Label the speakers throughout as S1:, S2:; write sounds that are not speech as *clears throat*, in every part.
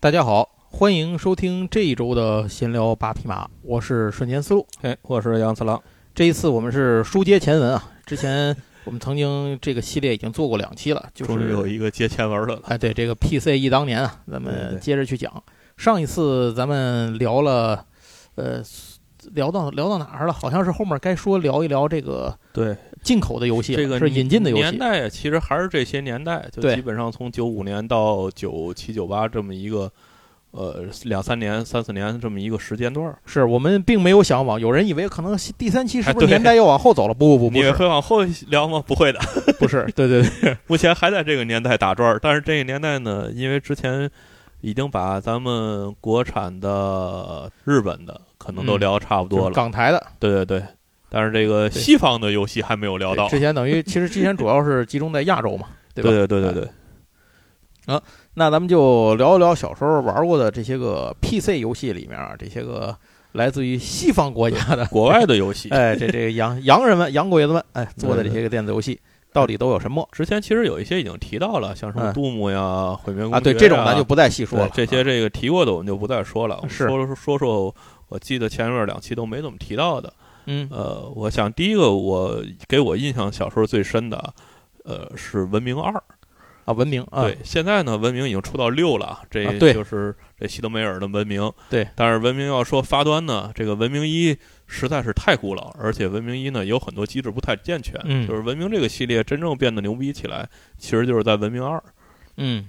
S1: 大家好，欢迎收听这一周的闲聊八匹马，我是瞬间思路。
S2: 哎，我是杨次郎。
S1: 这一次我们是书接前文啊，之前我们曾经这个系列已经做过两期了，就是
S2: 终于有一个接前文的了。
S1: 哎，对这个 PCE 当年啊，咱
S2: 对
S1: 们
S2: 对
S1: 接着去讲。上一次咱们聊了，呃，聊到聊到哪儿了？好像是后面该说聊一聊这个
S2: 对，
S1: 进口的游戏了，
S2: 这个
S1: 是引进的游
S2: 年
S1: 戏。
S2: 代其实还是这些年代，就
S1: 对
S2: 基本上从九五年到九七九八这么一个，呃，两三年、三四年这么一个时间段儿。
S1: 是我们并没有想往，有人以为可能第三期是不是
S2: 哎对
S1: 年代要往后走了？不不不，不
S2: 你
S1: 是
S2: 会往后聊吗？不会的，
S1: 不是，对对对，
S2: 目前还在这个年代打转儿。但是这个年代呢，因为之前已经把咱们国产的、日本的可能都
S1: 嗯
S2: 聊差不
S1: 就
S2: 多
S1: 是
S2: 了。
S1: 港台的
S2: 对对对，但是这个
S1: 对
S2: 西方的游戏还没有聊
S1: 对
S2: 到。
S1: 之
S2: 对
S1: 前等于其实之前主要是集中在亚洲
S2: *laughs*
S1: 嘛，对吧？
S2: 对对对对，
S1: 那咱们就聊一聊小时候玩过的这些个 PC 游戏里面啊，这些个来自于西方国家的
S2: 国外的游戏。
S1: *laughs* 哎，这这个洋洋人们、洋鬼子们，哎，做的这些个电子游戏到底都有什么
S2: 之前其实有一些已经提到了，像什
S1: 嗯
S2: 么杜牧呀、毁灭公爵呀、
S1: 啊？对，这种咱就不再细说
S2: 对
S1: 了。
S2: 这些
S1: 啊
S2: 这个提过的我们就不再说了。我们
S1: 是
S2: 说说说，我记得前面两期都没怎么提到的。
S1: 嗯，
S2: 呃，我想第一个我给我印象小时候最深的，呃，是《文明二》。
S1: 啊，文明啊，
S2: 对，现在呢，《文明》已经出到六了啊，这
S1: 啊对
S2: 就是这西德梅尔的《文明》。
S1: 对，
S2: 但是《文明》要说发端呢，这个《文明一》实在是太古老，而且《文明一》呢有很多机制不太健全。
S1: 嗯
S2: 就是《文明》这个系列真正变得牛逼起来，其实就是在《文明二》。
S1: 嗯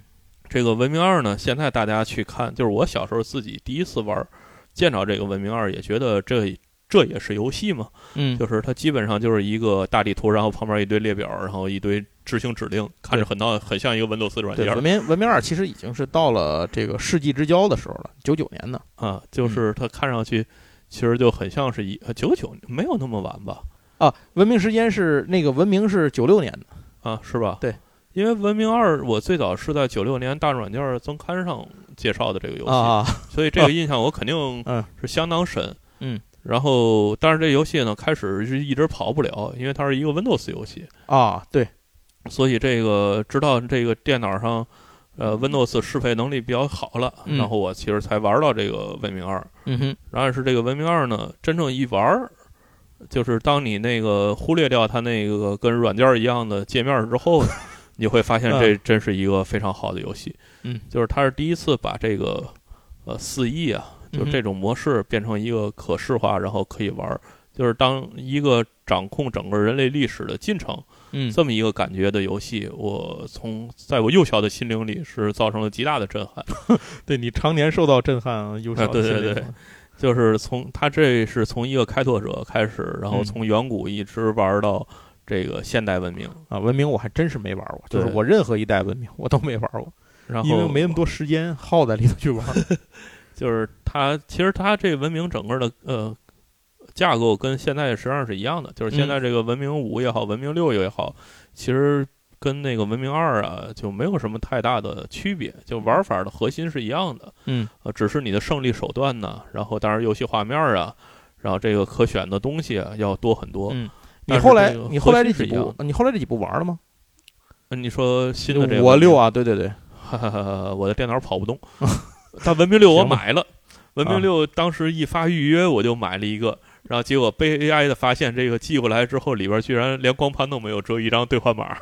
S2: 这个《文明二》呢，现在大家去看，就是我小时候自己第一次玩儿，见着这个《文明二》，也觉得这这也是游戏嘛，
S1: 嗯，
S2: 就是它基本上就是一个大地图，然后旁边一堆列表，然后一堆执行指令，看着很闹，很像一个 Windows 软
S1: 对，
S2: 件
S1: 文
S2: 儿
S1: 明文明二其实已经是到了这个世纪之交的时候了，九九年的，嗯
S2: 啊，就是它看上去其实就很像是一九九没有那么晚吧，
S1: 啊，文明时间是那个文明是九六年的，
S2: 啊，是吧？
S1: 对。
S2: 因为《文明二》，我最早是在九六年大软件儿增刊上介绍的这个游戏，
S1: 啊，
S2: 所以这个印象我肯定
S1: 嗯
S2: 是相当深。
S1: 嗯，
S2: 然后但是这游戏呢，开始是一直跑不了，因为它是一个 Windows 游戏，
S1: 啊，对，
S2: 所以这个直到这个电脑上，呃，Windows 适配能力比较好了，
S1: 嗯
S2: 然后我其实才玩到这个《文明二》。
S1: 嗯哼，
S2: 然后是这个《文明二》呢，真正一玩儿，就是当你那个忽略掉它那个跟软件儿一样的界面儿之后，你会发现这真是一个非常好的游戏。
S1: 嗯，
S2: 就是它是第一次把这个呃四 E 啊，就
S1: 嗯哼
S2: 这种模式变成一个可视化，然后可以玩儿。就是当一个掌控整个人类历史的进程
S1: 嗯
S2: 这么一个感觉的游戏，我从在我幼小的心灵里是造成了极大的震撼。
S1: 对你常年受到震撼，幼
S2: 小的心灵就是从他这是从一个开拓者开始，然后
S1: 嗯
S2: 从远古一直玩到这个现代文明，
S1: 啊，文明我还真是没玩过，就是
S2: 对
S1: 我任何一代文明我都没玩过，
S2: 然后
S1: 因为没那么多时间耗在里头
S2: *laughs*
S1: 去玩。
S2: 就是他其实他这文明整个的呃架构跟现在实际上是一样的，就是现
S1: 嗯
S2: 在这个文明五也好，文明六也好，其实跟那个文明二啊就没有什么太大的区别，就玩法的核心是一样的，
S1: 嗯，
S2: 呃，只是你的胜利手段呢，然后当然游戏画面啊，然后这个可选的东西啊要多很多。
S1: 嗯你
S2: 但是
S1: 后来
S2: 这个
S1: 你后来
S2: 核
S1: 这
S2: 心
S1: 几
S2: 是一样
S1: 部
S2: 的，
S1: 你后来这几部玩了吗？
S2: 那你说新的这个
S1: 五啊
S2: 文明
S1: 六啊，对对对，
S2: 哈哈哈， *laughs* 我的电脑跑不动。 *laughs* 但文明六我买了，文明六当时一发预约我就买了一个，然后结果悲哀的发现，这个寄过来之后里边居然连光盘都没有，只有一张兑换码。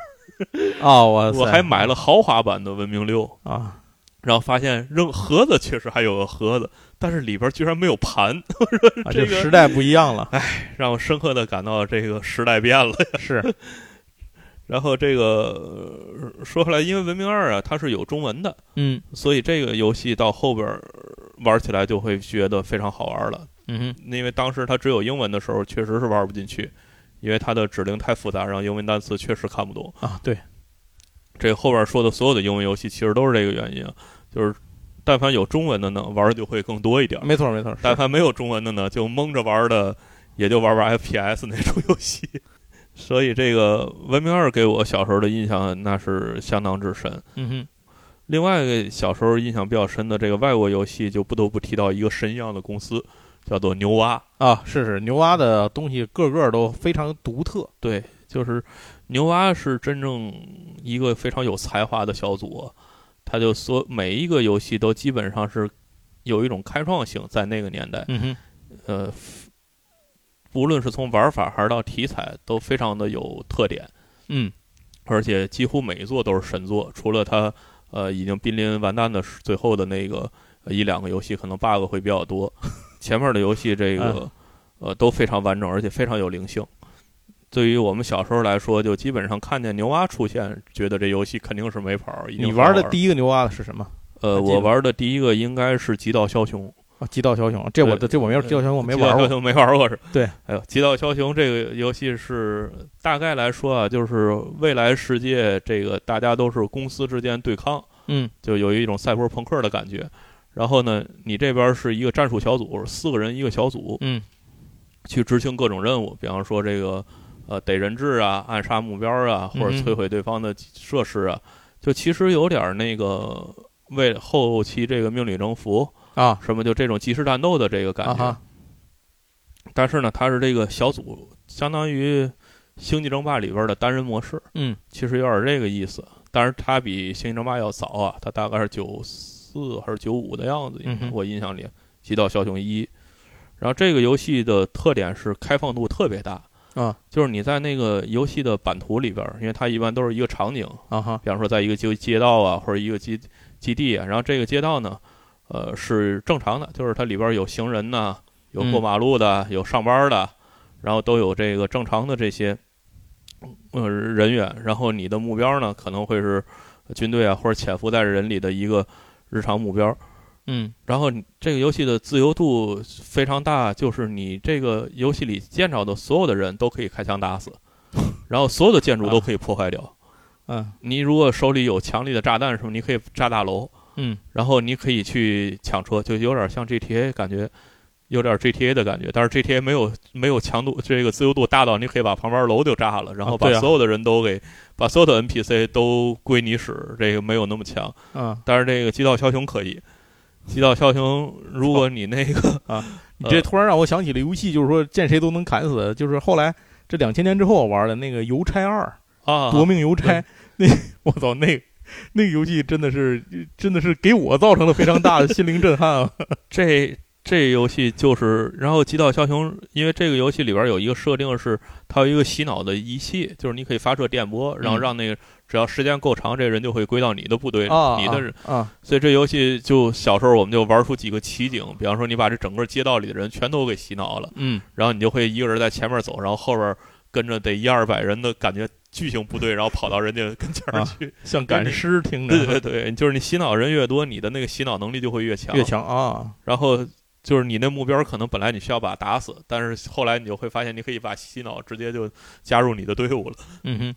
S1: 啊，我
S2: 我还 *laughs* 买了豪华版的文明六，
S1: 啊，
S2: 然后发现扔盒子确实还有个盒子，但是里边居然没有盘，
S1: 啊
S2: 这
S1: 这
S2: 个
S1: 时代不一样
S2: *laughs*
S1: 了，
S2: 让我深刻的感到这个时代变了。 *laughs*
S1: 是
S2: 然后这个呃说回来，因为文明二啊，它是有中文的，
S1: 嗯
S2: 所以这个游戏到后边儿玩起来就会觉得非常好玩了。
S1: 嗯
S2: 因为当时它只有英文的时候，确实是玩不进去，因为它的指令太复杂，然后英文单词确实看不懂。
S1: 哼啊，对，
S2: 这后边说的所有的英文游戏，其实都是这个原因，啊就是但凡有中文的呢，玩的就会更多一点；
S1: 没错没错，
S2: 但
S1: 是
S2: 凡没有中文的呢，就蒙着玩的，也就玩玩 FPS 那种游戏。所以这个《文明二》给我小时候的印象那是相当之深。
S1: 嗯哼
S2: 另外一个小时候印象比较深的这个外国游戏，就不得不提到一个神一样的公司，叫做牛蛙。
S1: 啊，是是，牛蛙的东西个个都非常独特，
S2: 对，就是牛蛙是真正一个非常有才华的小组，它就所每一个游戏都基本上是有一种开创性，在那个年代，
S1: 嗯哼，
S2: 呃，无论是从玩法还是到题材，都非常的有特点，
S1: 嗯
S2: 而且几乎每一座都是神作，除了它呃已经濒临完蛋的时最后的那个呃一两个游戏，可能 bug 会比较多， *laughs* 前面的游戏这
S1: 哎
S2: 个呃都非常完整，而且非常有灵性。对于我们小时候来说，就基本上看见牛蛙出现，觉得这游戏肯定是没跑儿。已经
S1: 你
S2: 很好玩
S1: 玩的第一个啊牛蛙的是什么？
S2: 呃，
S1: 还记得
S2: 我玩的第一个应该是《极道枭雄》，
S1: 啊，极道枭雄，这我的这我没有，极道枭雄我没玩
S2: 极道枭
S1: 过。
S2: 雄没玩过是？
S1: 对，
S2: 哎呦，《极道枭雄》这个游戏是大概来说啊，就是未来世界这个大家都是公司之间对抗，
S1: 嗯
S2: 就有一种赛博朋克的感觉。然后呢，你这边是一个战术小组，四个人一个小组
S1: 嗯
S2: 去执行各种任务，比方说这个呃逮人质啊、暗杀目标啊，或者
S1: 嗯哼
S2: 摧毁对方的设施啊，就其实有点儿那个为后期这个命令征服
S1: 啊
S2: 什么就这种即时战斗的这个感
S1: 啊
S2: 觉。
S1: 哈
S2: 但是呢，它是这个小组，相当于《星际争霸》里边的单人模式，
S1: 嗯
S2: 其实有点这个意思。但是它比《星际争霸》要早啊，它大概是九四还是九五的样子，
S1: 嗯哼
S2: 我印象里《极道枭雄一》。然后这个游戏的特点是开放度特别大
S1: 啊，
S2: 就是你在那个游戏的版图里边，因为它一般都是一个场景，
S1: 啊哈
S2: 比方说在一个街街道啊，或者一个基基地啊，然后这个街道呢，呃，是正常的，就是它里边有行人呐、有过马路的，有上班的，然后都有这个正常的这些呃人员。然后你的目标呢，可能会是军队啊，或者潜伏在人里的一个日常目标。
S1: 嗯
S2: 然后你这个游戏的自由度非常大，就是你这个游戏里见着的所有的人都可以开枪打死，然后所有的建筑都可以破坏掉。
S1: 嗯
S2: 你如果手里有强力的炸弹什么，你可以炸大楼，
S1: 嗯
S2: 然后你可以去抢车，就有点像 GTA 感觉，有点 GTA 的感觉，但是 GTA 没有没有强度，这个自由度大到你可以把旁边楼就炸了，然后把
S1: 对啊
S2: 所有的人都给、把所有的 NPC 都归你使，这个没有那么强。
S1: 啊，
S2: 但是这个《极道枭雄》可以，《极道枭雄》如果你那个
S1: 你这突然让我想起了游戏，就是说见谁都能砍死，就是后来这两千年之后我玩的那个《邮差二》。
S2: 啊，
S1: 夺命邮差， *laughs* 那我操，那那个游戏真的是真的是给我造成了非常大的心灵震撼啊！
S2: 这这游戏就是，然后《极道枭雄》，因为这个游戏里边有一个设定是，它有一个洗脑的仪器，就是你可以发射电波，
S1: 嗯
S2: 然后让那个只要时间够长，这个人就会归到你的部队
S1: *laughs*
S2: 里，
S1: 啊，
S2: 你的人。
S1: 啊，
S2: 所以这游戏就小时候我们就玩出几个奇景，比方说你把这整个街道里的人全都给洗脑了，
S1: 嗯，
S2: 然后你就会一个人在前面走，然后后边跟着得一二百人的感觉巨型部队，然后跑到人家跟前儿
S1: 啊
S2: 去。
S1: 像赶尸听着
S2: 对对对，就是你洗脑人越多，你的那个洗脑能力就会越强。
S1: 越强啊，
S2: 然后就是你那目标可能本来你需要把它打死，但是后来你就会发现你可以把洗脑直接就加入你的队伍了。
S1: 嗯哼，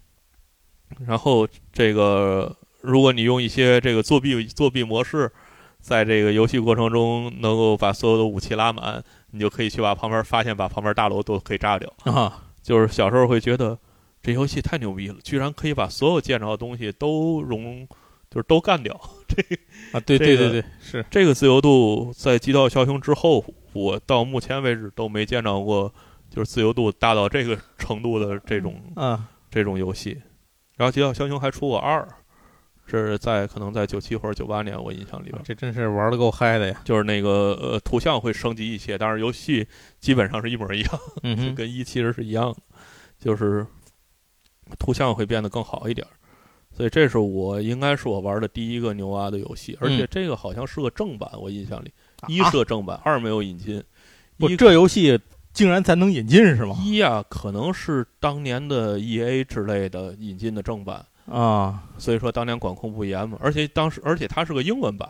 S2: 然后这个如果你用一些这个作弊作弊模式，在这个游戏过程中能够把所有的武器拉满，你就可以去把旁边发现把旁边大楼都可以炸掉。
S1: 啊，
S2: 就是小时候会觉得这游戏太牛逼了，居然可以把所有见着的东西都融，就是都干掉。
S1: 啊，对
S2: 这
S1: 对
S2: 个
S1: 对对，是
S2: 这个自由度在《极道枭雄》之后，我到目前为止都没见到过，就是自由度大到这个程度的这种
S1: 啊，
S2: 这种游戏。然后《极道枭雄》还出过二，这是在可能在九七或者九八年，我印象里边，
S1: 哎这真是玩的够嗨的呀，
S2: 就是那个呃图像会升级一些，但是游戏基本上是一模一样，
S1: 嗯
S2: 就，跟一其实是一样的，就是图像会变得更好一点儿。所以这是我应该是我玩的第一个牛蛙的游戏，而且
S1: 嗯
S2: 这个好像是个正版，我印象里。一
S1: 啊
S2: 是正版，二没有引进。
S1: 不，
S2: 一
S1: 这游戏竟然咱能引进是吗？
S2: 一啊，可能是当年的 E A 之类的引进的正版，
S1: 啊，
S2: 所以说当年管控不严嘛。而且当时，而且它是个英文版，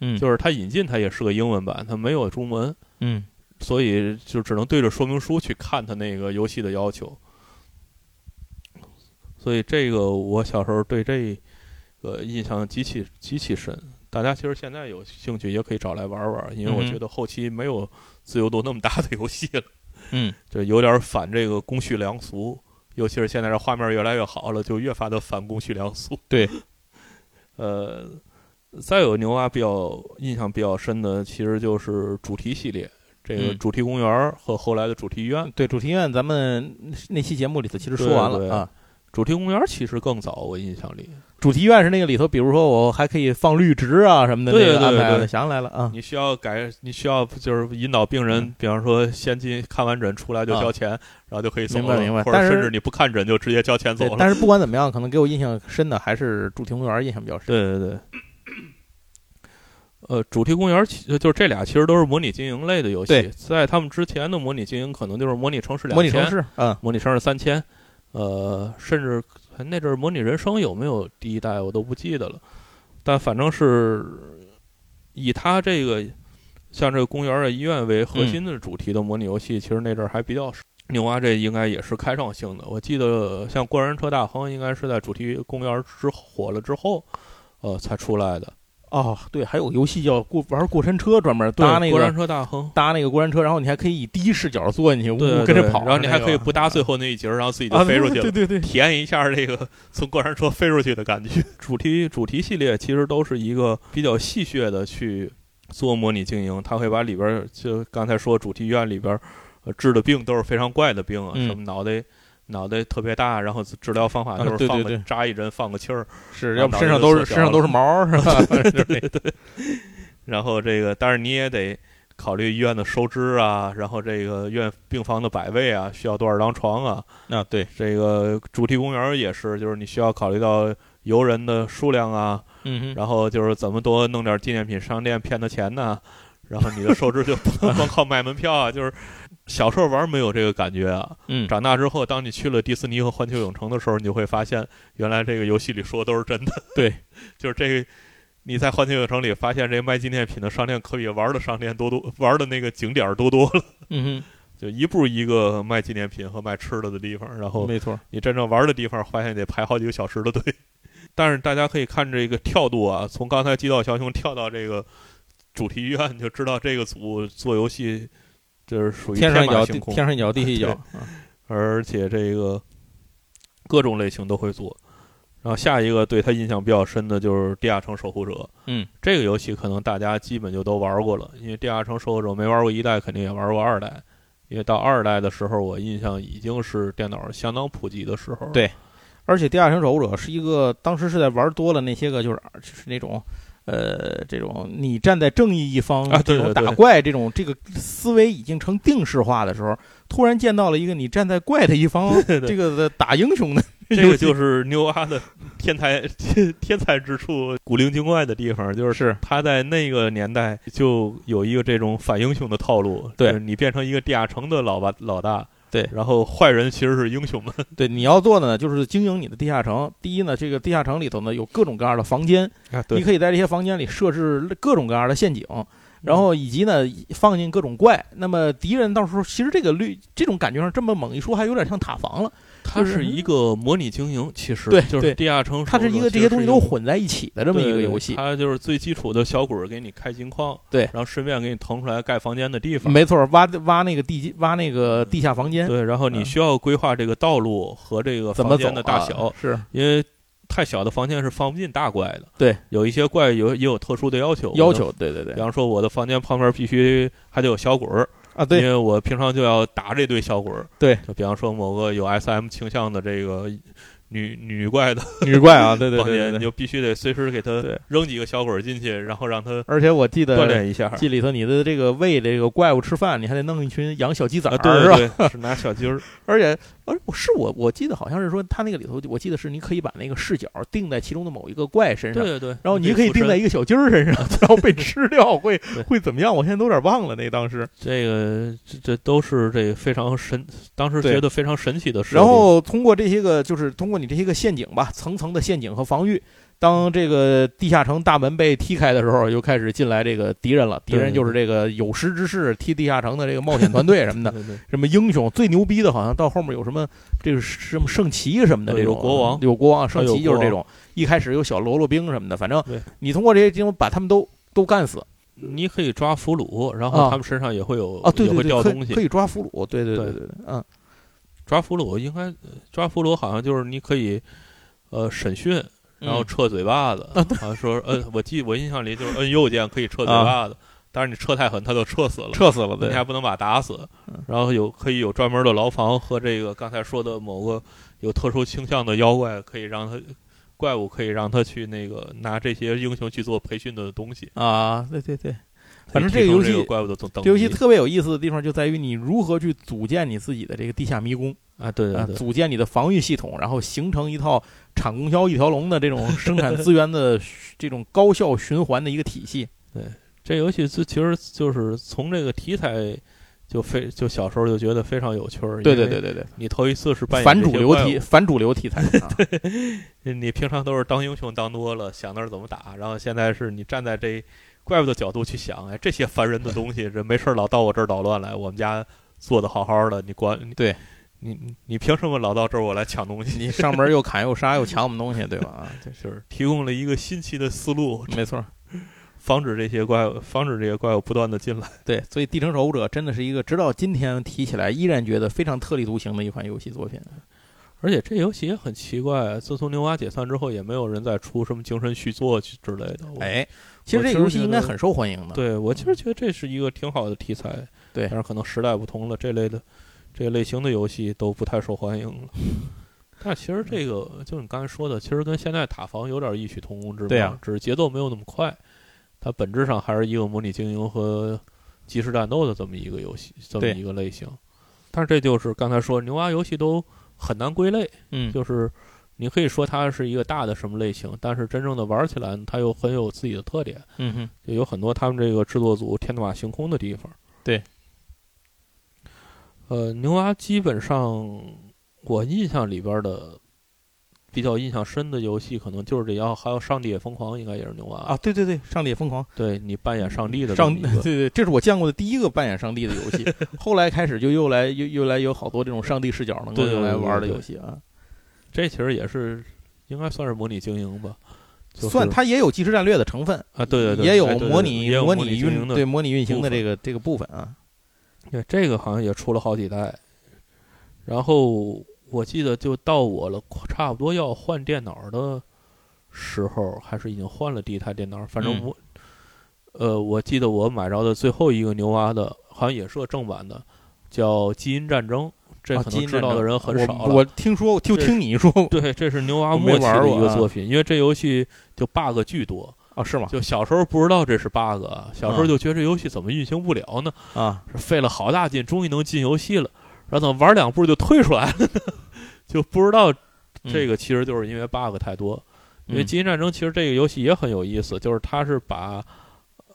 S1: 嗯，
S2: 就是它引进它也是个英文版，它没有中文，
S1: 嗯
S2: 所以就只能对着说明书去看它那个游戏的要求。所以这个我小时候对这个印象极其极其深。大家其实现在有兴趣也可以找来玩玩，因为我
S1: 嗯哼
S2: 觉得后期没有自由度那么大的游戏了。
S1: 嗯，
S2: *laughs* 就有点反这个公序良俗，尤其是现在这画面越来越好了，就越发的反公序良 *laughs* 俗。
S1: 对，
S2: 呃，再有牛蛙啊比较印象比较深的，其实就是主题系列，这个
S1: 嗯
S2: 主题公
S1: 啊
S2: 园儿和后来的主题医院。
S1: 对，主题院咱们那期节目里头其实说完
S2: 对
S1: 了
S2: 对
S1: 啊，
S2: 主题公园其实更早，我印象里，
S1: 主题院是那个里头，比如说我还可以放绿植啊什么的那
S2: 对
S1: 个安
S2: 对
S1: 排的，
S2: 对
S1: 想起来了啊，
S2: 你需要改，你需要就是引导病人，比方说先进看完诊出来就交钱，然后就可以走
S1: 明白
S2: 了，
S1: 明白
S2: 或
S1: 但
S2: 者
S1: 是
S2: 甚至你不看诊就直接交钱走
S1: 对
S2: 了。。
S1: 但是不管怎么样，可能给我印象深的还是主题公园印象比较深。
S2: 对对对。 *clears throat* 呃，主题公园其就是这俩，其实都是模拟经营类的游戏
S1: 对。
S2: 在他们之前的模拟经营，可能就是模拟城市两
S1: 模拟
S2: 千
S1: 城、市，嗯，
S2: 模拟城市三千，呃，甚至哎那阵儿模拟人生有没有第一代我都不记得了，但反正是以它这个像这个公园儿啊、医院为核心的主题的模拟游戏，其实那阵儿还比较少。牛蛙这应该也是开创性的，我记得像过山车大亨应该是在主题公园儿之后火了之后，呃才出来的。
S1: 哦，对，还有个游戏叫过玩过山车，专门搭那
S2: 过
S1: 个
S2: 山车大亨，
S1: 搭那个过山车，然后你还可以以第一视角坐进去，呜
S2: 对，
S1: 跟着
S2: 对
S1: 跑，
S2: 然后你还可以不搭最
S1: 碎
S2: 后那一节儿，然后自己
S1: 啊，
S2: 就飞出去了。
S1: 对对对，对
S2: *laughs* 体验一下这 *laughs* 个从过山车飞出去的感觉。主题主题系列其实都是一个比较戏谑的去做模拟经营，它会把里边儿就刚才说主题院里边儿、呃治的病都是非常怪的病啊，
S1: 嗯
S2: 什么脑袋脑袋特别大，然后治疗方法
S1: 啊
S2: 就是放个、
S1: 对对对
S2: 扎一针放个气儿， *laughs*
S1: 是
S2: 啊
S1: 要不
S2: 脑
S1: 身
S2: 袋
S1: 上
S2: 就
S1: 都是
S2: 缩小
S1: 身上都是
S2: 了
S1: 毛，是吧？就是
S2: *laughs*
S1: 那
S2: 然后这个但是你也得。考虑医院的收支啊，然后这个院病房的摆位啊，需要多少张床啊，
S1: 啊，对，
S2: 这个主题公园儿也是，就是你需要考虑到游人的数量啊，
S1: 嗯哼，
S2: 然后就是怎么多弄点纪念品商店骗他钱呢？然后你的收支就不能光靠卖门票啊，就是小时候玩没有这个感觉啊。
S1: 嗯，
S2: 长大之后，当你去了迪士尼和环球影城的时候，你就会发现，原来这个游戏里说的都是真的。
S1: 对，
S2: *laughs* 就是这个，你在环球影城里发现这卖纪念品的商店可比玩的商店多多，玩的那个景点儿多多了。
S1: 嗯
S2: 就一步一个卖纪念品和卖吃的的地方，然后
S1: 哼，没错，
S2: 你真正玩的地方，发现得排好几个小时的队。 *laughs* 但是大家可以看这个跳度啊，从刚才《极道枭雄》跳到这个主题院，就知道这个组做游戏就是属于
S1: 天上一
S2: 马
S1: 脚，
S2: 行
S1: 地
S2: 空，
S1: 天上一脚，地下一脚啊
S2: 对，而且这个各种类型都会做。然后下一个对他印象比较深的就是《地下城守护者》。
S1: 嗯，
S2: 这个游戏可能大家基本就都玩过了，因为《地下城守护者》没玩过一代，肯定也玩过二代。因为到二代的时候，我印象已经是电脑相当普及的时候。
S1: 对而且《地下城守护者》是一个当时是在玩多了那些个就是就是那种。呃，这种你站在正义一方，
S2: 啊对
S1: 这种
S2: 对对
S1: 打怪这种这个思维已经成定式化的时候，突然见到了一个你站在怪的一方，
S2: 对对
S1: 这个的打英雄的
S2: *laughs* 这
S1: 游
S2: 个
S1: 戏
S2: 就是牛蛙的天才 *laughs* 天才之处，古灵精怪的地方，就是
S1: 是
S2: 他在那个年代就有一个这种反英雄的套路，
S1: 对
S2: 就是你变成一个地下城的老吧老大，
S1: 对
S2: 然后坏人其实是英雄们，
S1: 对，你要做的呢，就是经营你的地下城。第一呢，这个地下城里头呢有各种各样的房间，
S2: *laughs* 啊，
S1: 你，可以在这些房间里设置各种各样的陷阱，
S2: 嗯
S1: 然后以及呢放进各种怪。那么敌人到时候其实这个绿这种感觉上这么猛一说，还有点像塔防了。
S2: 它
S1: 就是
S2: 是一个模拟经营，其实
S1: 对
S2: 就
S1: 对
S2: 是地下城，
S1: 它是一个这些东西都混在一起的这
S2: 这
S1: 么一个游戏。
S2: 它就是最基础的小鬼儿给你开金矿，
S1: 对
S2: 然后顺便给你腾出来盖房间的地方，
S1: 没错，挖挖那个地基挖那个地下房间，
S2: 对，然后你
S1: 嗯
S2: 需要规划这个道路和这个
S1: 怎么
S2: 房
S1: 走
S2: 间的大
S1: 啊
S2: 小，
S1: 是
S2: 因为太小的房间是放不进大怪的。
S1: 对，
S2: 有一些怪有也有特殊的要求。
S1: 要
S2: 我的，
S1: 求，对对对
S2: 比方说我的房间旁边必须还得有小鬼儿，
S1: 啊，
S2: 因
S1: 对
S2: 为我平常就要打这堆小鬼儿。
S1: 对，
S2: 就比方说某个有 SM 倾向的这个女女怪的
S1: 女怪啊，对对
S2: 房
S1: 对对
S2: 间，你
S1: 对
S2: 就必须得随时给她
S1: 对
S2: 扔几个小鬼儿进去，然后让她
S1: 而且我记
S2: 锻
S1: 得
S2: 炼一下。
S1: 记里头你的这个喂这个怪物吃饭，你还得弄一群养小鸡崽
S2: 啊，
S1: 儿，
S2: 对
S1: 是吧？
S2: 对对，是拿小
S1: *laughs*
S2: 鸡儿。
S1: 而且，而我是我我记得好像是说，他那个里头，我记得是你可以把那个视角定在其中的某一个怪身上，
S2: 对对，
S1: 然后你可以
S2: 附身
S1: 定在一个小鸡儿身上， *laughs* 然后被吃掉会
S2: 对
S1: 会怎么样？我现在都有点忘了那当时。
S2: 这个这这都是这个非常神，当时
S1: 对
S2: 觉得非常神奇的事。
S1: 然后通过这些个，就是通过你这些个陷阱吧，层层的陷阱和防御。当这个地下城大门被踢开的时候，就开始进来这个敌人了。敌
S2: 对
S1: 人就是这个有识之士踢地下城的这个冒险团队什 *laughs* 么的，
S2: 对对
S1: 什么英雄最牛逼的，好像到后面有什么这个什么圣骑什么的
S2: 对
S1: 这种
S2: 有国王
S1: 有国王圣骑就是
S2: 有国王
S1: 这种，一开始有小喽啰兵什么的，反正
S2: 对
S1: 你通过这些地方把他们都都干死
S2: 你可以抓俘虏，然
S1: 啊
S2: 后他们身上也会有
S1: 啊，对对
S2: 也会
S1: 对，
S2: 掉
S1: 可
S2: 东
S1: 以可
S2: 西。
S1: 以抓俘虏，对对对
S2: 对
S1: 对对，嗯，
S2: 抓俘虏应该呃抓俘虏好像就是你可以呃审讯，
S1: 嗯
S2: 啊然后撤嘴巴子，啊说呃我记我印象里就是摁右键可以撤嘴巴子，但是你撤太狠，他就撤死了。
S1: 撤死了，
S2: 你
S1: 对
S2: 还，不能把他打死
S1: 嗯，
S2: 然后有可以有专门的牢房和这个刚才说的某个有特殊倾向的妖怪，可以让他怪物可以让他去那个拿这些英雄去做培训的东西。
S1: 啊，对对对，反正
S2: 可以
S1: 这个游
S2: 提升这
S1: 戏
S2: 个怪物的等等
S1: 这游戏
S2: 级
S1: 特别有意思的地方就在于你如何去组建你自己的这个地下迷宫
S2: 啊，对
S1: 啊
S2: 对，对，
S1: 组建你的防御系统，然后形成一套产供销一条龙的这种生产资源
S2: *laughs*
S1: 的这种高效循环的一个体系。
S2: 这游戏最其实就是从这个题材。就非就小时候就觉得非常有趣儿，
S1: 对对对，对对，
S2: 你头一次是扮演
S1: 反
S2: 这
S1: 主
S2: 些
S1: 流
S2: 怪
S1: 题
S2: 物，
S1: 反主流题
S2: *laughs*
S1: 材啊
S2: 你平常都是当英雄当多了，想那儿怎么打，然后现在是你站在这怪物的角度去想，哎，这些烦人的东西，这没事儿老到我这儿捣乱来，我们家做的好好的，你管你
S1: 对，
S2: 你你你凭什么老到这儿我来抢东西？
S1: 你上门又砍又杀又抢我们东西，对吧？啊，对
S2: 就是提供了一个新奇的思路，
S1: 没错，
S2: 防止这些怪物，防止这些怪物不断的进来。
S1: 对，所以《地城守护者》真的是一个直到今天提起来依然觉得非常特立独行的一款游戏作品。
S2: 而且这游戏也很奇怪，自从牛蛙解散之后，也没有人再出什么精神续作之类的。我，
S1: 哎，其
S2: 我
S1: 实这
S2: 其
S1: 个游
S2: 实
S1: 戏
S2: 觉
S1: 应该
S2: 得
S1: 很受欢迎的。
S2: 对我其实觉得这是一个挺好的题材，
S1: 对
S2: 但是可能时代不同了，这类的这类型的游戏都不太受欢迎
S1: *laughs*
S2: 了。但其实这个就是你刚才说的，其实跟现在塔防有点异曲同工之妙，
S1: 对啊
S2: 只是节奏没有那么快，它本质上还是一个模拟经营和即时战斗的这么一个游戏，这么
S1: 对
S2: 一个类型。但是这就是刚才说牛蛙游戏都很难归类，
S1: 嗯，
S2: 就是你可以说它是一个大的什么类型，但是真正的玩起来呢，它又很有自己的特点。
S1: 嗯哼，
S2: 就有很多他们这个制作组天马行空的地方。
S1: 对，
S2: 呃，牛蛙基本上我印象里边的比较印象深的游戏，可能就是这要还有《上帝也疯狂》，应该也是牛蛙
S1: 啊，。对对对，《上帝也疯狂》
S2: 对你扮演上帝的这
S1: 上
S2: 么一
S1: 对 *laughs*
S2: 个，
S1: 对，这是我见过的第一个扮演上帝的游戏。 *laughs* 后来开始就又来又又来有好多这种上帝视角能够
S2: 对对
S1: 用来
S2: 对对
S1: 玩的
S2: 对
S1: 游戏啊，
S2: 这其实也是应该算是模拟经营吧。就是
S1: 算它也有即时战略的成分，
S2: 啊，对对对，
S1: 也有
S2: 哎对对
S1: 模
S2: 对
S1: 拟
S2: 也有模
S1: 拟
S2: 经营
S1: 运
S2: 的
S1: 对模拟运行
S2: 部
S1: 的
S2: 分
S1: 这个这个部分啊，
S2: 对，这个好像也出了好几代。然后我记得就到我了，差不多要换电脑的时候，还是已经换了第一台电脑。反正
S1: 嗯
S2: 我，呃，我记得我买着的最后一个牛蛙的，好像也是个正版的，叫《基因战争》。这
S1: 啊
S2: 可
S1: 基
S2: 能
S1: 因
S2: 知
S1: 战
S2: 道的
S1: 争
S2: 人很
S1: 我
S2: 少了。
S1: 我听说就
S2: 这
S1: 听你 *laughs* 说过
S2: 对，这是牛蛙
S1: 我没
S2: 末期
S1: 玩
S2: 的一
S1: 过
S2: 个
S1: 啊
S2: 作品，因为这游戏就 bug 巨多。
S1: 啊，是吗？
S2: 就小时候不知道这是 bug，啊小时候就觉得这游戏怎么运行不了呢？
S1: 啊，
S2: 费了好大劲，终于能进游戏了，然后怎么玩两步就退出来了呢？ *laughs* 就不知道这
S1: 个
S2: 个其实就是因为 bug 太多。因为《
S1: 嗯
S2: 基因战争》其实这个游戏也很有意思，就是它是把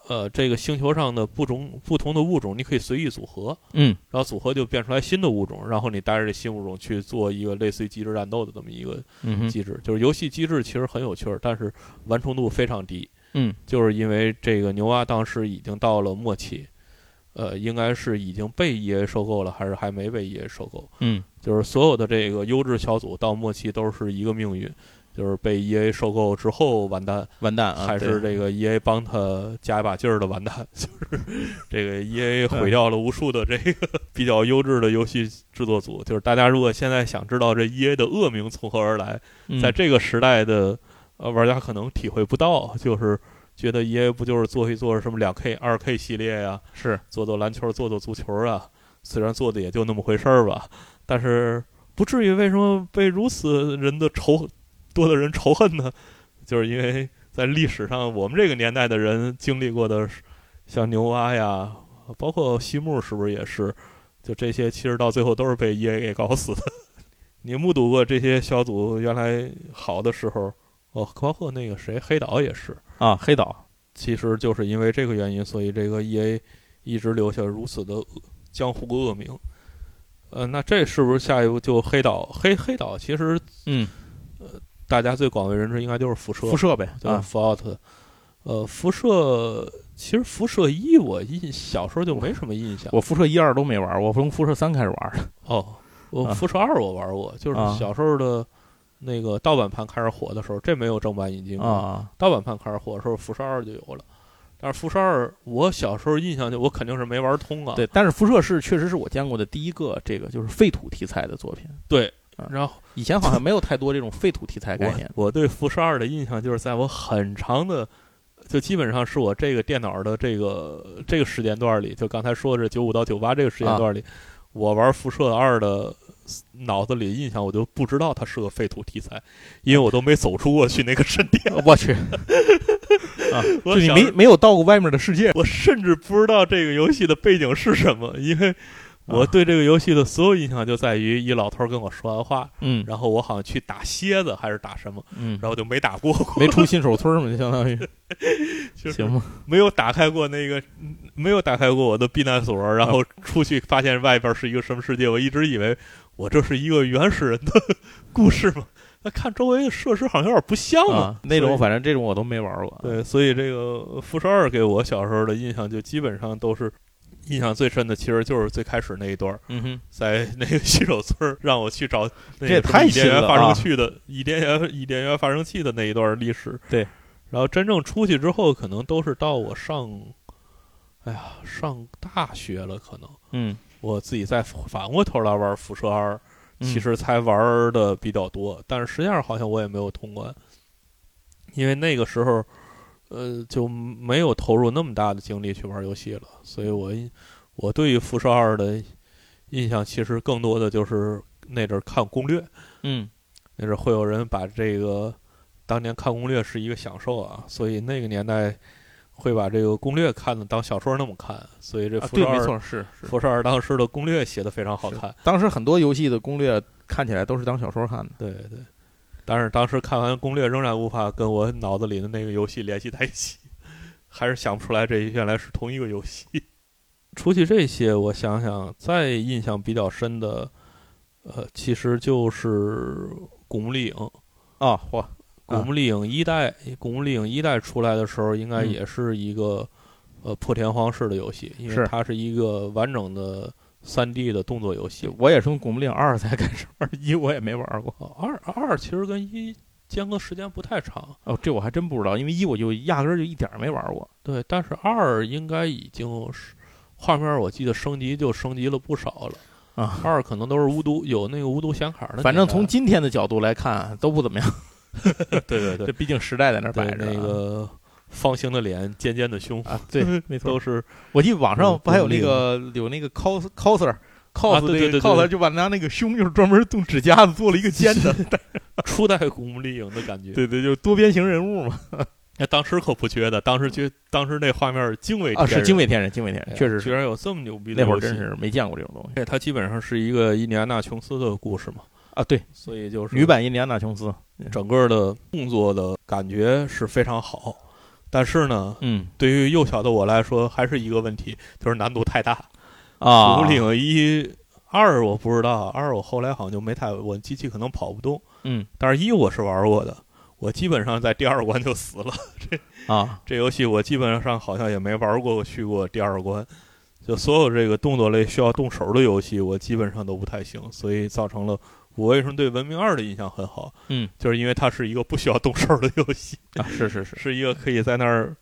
S2: 呃这个星球上的不同不同的物种，你可以随意组合，
S1: 嗯
S2: 然后组合就变出来新的物种，然后你带着这新物种去做一个类似于即时战斗的这么一个
S1: 嗯哼
S2: 机制。就是游戏机制其实很有趣儿，但是完成度非常低。
S1: 嗯
S2: 就是因为这个牛蛙当时已经到了末期，呃，应该是已经被 EA 收购了，还是还没被 EA 收购？
S1: 嗯
S2: 就是所有的这个优质小组到末期都是一个命运，就是被 EA 收购之后完蛋，
S1: 完蛋啊，
S2: 还
S1: 对
S2: 是这个 EA 帮他加一把劲儿的完蛋， *laughs* 就是这个 EA 毁掉了无数的这个比较优质的游戏制作组。就是大家如果现在想知道这 EA 的恶名从何而来，
S1: 嗯
S2: 在这个时代的呃玩家可能体会不到，就是觉得 EA 不就是做一做什么两 K、二 K 系列呀、
S1: 是
S2: 做做篮球、做做足球啊，虽然做的也就那么回事儿吧，但是不至于为什么被如此人的仇多的人仇恨呢？就是因为在历史上我们这个年代的人经历过的，像牛蛙呀，包括西木是不是也是？就这些，其实到最后都是被 EA 给搞死的。你目睹过这些小组原来好的时候，哦，包括那个谁黑岛也是，
S1: 啊，黑岛
S2: 其实就是因为这个原因，所以这个 E A 一直留下如此的恶江湖恶名。呃，那这是不是下一步就黑岛？黑黑岛其实
S1: 嗯，
S2: 大家最广为人知应该就是辐射，
S1: 辐射呗
S2: 就是
S1: 啊，
S2: Fallout。呃，辐射其实辐射一我印小时候就没什么印象。
S1: 我辐射一二都没玩，我从辐射三开始玩的。
S2: 哦，我
S1: 啊
S2: 辐射二我玩过，就是
S1: 啊
S2: 小时候的那个盗版盘开始火的时候，这没有正版引进过。
S1: 啊，
S2: 盗版盘开始火的时候，辐射二就有了。但是辐射二，我小时候印象就我肯定是没玩通啊。
S1: 对，但是辐射是确实是我见过的第一个这个就是废土题材的作品，
S2: 对
S1: 啊
S2: 然后
S1: 以前好像没有太多这种废土题材概念。
S2: 我我对辐射二的印象就是在我很长的就基本上是我这个电脑的这个这个时间段里，就刚才说的是九五到九八这个时间段里，
S1: 啊
S2: 我玩辐射二的脑子里印象，我就不知道它是个废土题材，因为我都没走出过去那个圣殿。
S1: 我去，
S2: 我
S1: 就你
S2: 想
S1: 没没有到过外面的世界，
S2: 我甚至不知道这个游戏的背景是什么，因
S1: 啊
S2: 为我对这个游戏的所有印象就在于一老头跟我说完话，
S1: 嗯
S2: 然后我好像去打蝎子还是打什么，
S1: 嗯，
S2: 然后就没打过， *laughs*
S1: 没出新手村嘛，就相当于
S2: 就是
S1: 行吧。
S2: 没有打开过那个，嗯没有打开过我的避难所，然
S1: 啊
S2: 后出去发现外边是一个什么世界，我一直以为我这是一个原始人的 *laughs* 故事嘛，那看周围的设施好像有点不像
S1: 啊
S2: 嘛，，
S1: 那种
S2: 所以
S1: 反正这种我都没玩过。
S2: 对，所以这个辐射二给我小时候的印象就基本上都是。印象最深的其实就是最开始那一段儿，
S1: 嗯哼，
S2: 在那个洗手村儿让我去找那
S1: 这也
S2: 个什么
S1: 太
S2: 伊甸
S1: 新
S2: 园
S1: 了
S2: 发
S1: 啊
S2: 生器的伊甸园伊甸园发生器的那一段历史。
S1: 对，
S2: 然后真正出去之后，可能都是到我上，哎呀，上大学了，可能
S1: 嗯，
S2: 我自己再反过头来玩辐射二，
S1: 嗯
S2: 其实才玩的比较多，但是实际上好像我也没有通关，因为那个时候，呃，就没有投入那么大的精力去玩游戏了，所以我印我对于辐射二的印象其实更多的就是那阵儿看攻略，
S1: 嗯
S2: 那阵儿会有人把这个当年看攻略是一个享受啊，所以那个年代会把这个攻略看的当小说那么看，所以这
S1: 啊
S2: 辐
S1: 对，
S2: 射
S1: 没
S2: 二、
S1: 错，是是。
S2: 辐射二当时的攻略写的非常好
S1: 是
S2: 看。
S1: 当时很多游戏的攻略看起来都是当小说看的。
S2: 对对，但是当时看完攻略，仍然无法跟我脑子里的那个游戏联系在一起，还是想不出来这原来是同一个游戏。除去这些，我想想，再印象比较深的，呃，其实就是《古墓丽影》。
S1: 啊，嚯，
S2: 《古墓丽影一代》古墓丽影一代》出来的时候，应该
S1: 嗯
S2: 也是一个、呃破天荒式的游戏，因
S1: 是
S2: 为它是一个完整的三 D 的动作游戏。
S1: 我也是从《古墓丽影二》才 *laughs* 开始玩，一我也没玩过。
S2: 呃二二其实跟一间隔时间不太长，
S1: 哦，这我还真不知道，因为一我就压根儿就一点儿没玩过。
S2: 对，但是二应该已经是画面，我记得升级就升级了不少了
S1: 啊。
S2: 二可能都是无毒有那个无毒显卡的年代了，
S1: 反正从今天的角度来看，啊都不怎么样。
S2: *laughs* 对对对
S1: 这毕竟时代在那儿摆
S2: 对
S1: 着啊。
S2: 那个方形的脸、尖尖的胸
S1: 啊，对， *laughs* 没错
S2: 都。是
S1: 我记得网上
S2: 嗯
S1: 不还有那个有那个 cos coser。cos
S2: 啊对对
S1: 那个
S2: 对对
S1: cos
S2: 对
S1: 就把拿那个胸就是专门用指甲子做了一个尖 *laughs* 的，
S2: 初代古墓丽影的感觉。
S1: 对对，就是多边形人物嘛。
S2: 那当时可不觉得，当时觉当时那画面惊为
S1: 啊，
S2: 天
S1: 是
S2: 人
S1: 惊为天人，惊为天
S2: 哎
S1: 人，
S2: 呀
S1: 确实
S2: 居
S1: 是。
S2: 然有这么牛逼的
S1: 那会儿
S2: 游
S1: 真
S2: 戏。
S1: 是没见过这种东西
S2: 这它基本上是一个印第安纳琼斯的故事嘛，
S1: 啊。对，
S2: 所以就是
S1: 女版印第安纳琼斯，
S2: 整个的动作的感觉是非常好，但是呢，
S1: 嗯
S2: 对于幼小的我来说，还是一个问题，就是难度太大。
S1: 啊，
S2: 古墓丽影一、二我不知道，二我后来好像就没太，我机器可能跑不动。
S1: 嗯
S2: 但是一我是玩过的，我基本上在第二关就死了。
S1: 啊，
S2: 这游戏我基本上好像也没玩过，去过第二关。就所有这个动作类需要动手的游戏，我基本上都不太行，所以造成了我为什么对《文明二》的印象很好，
S1: 嗯
S2: 就是因为它是一个不需要动手的游戏。
S1: 啊，是是是，
S2: 是一个可以在那儿，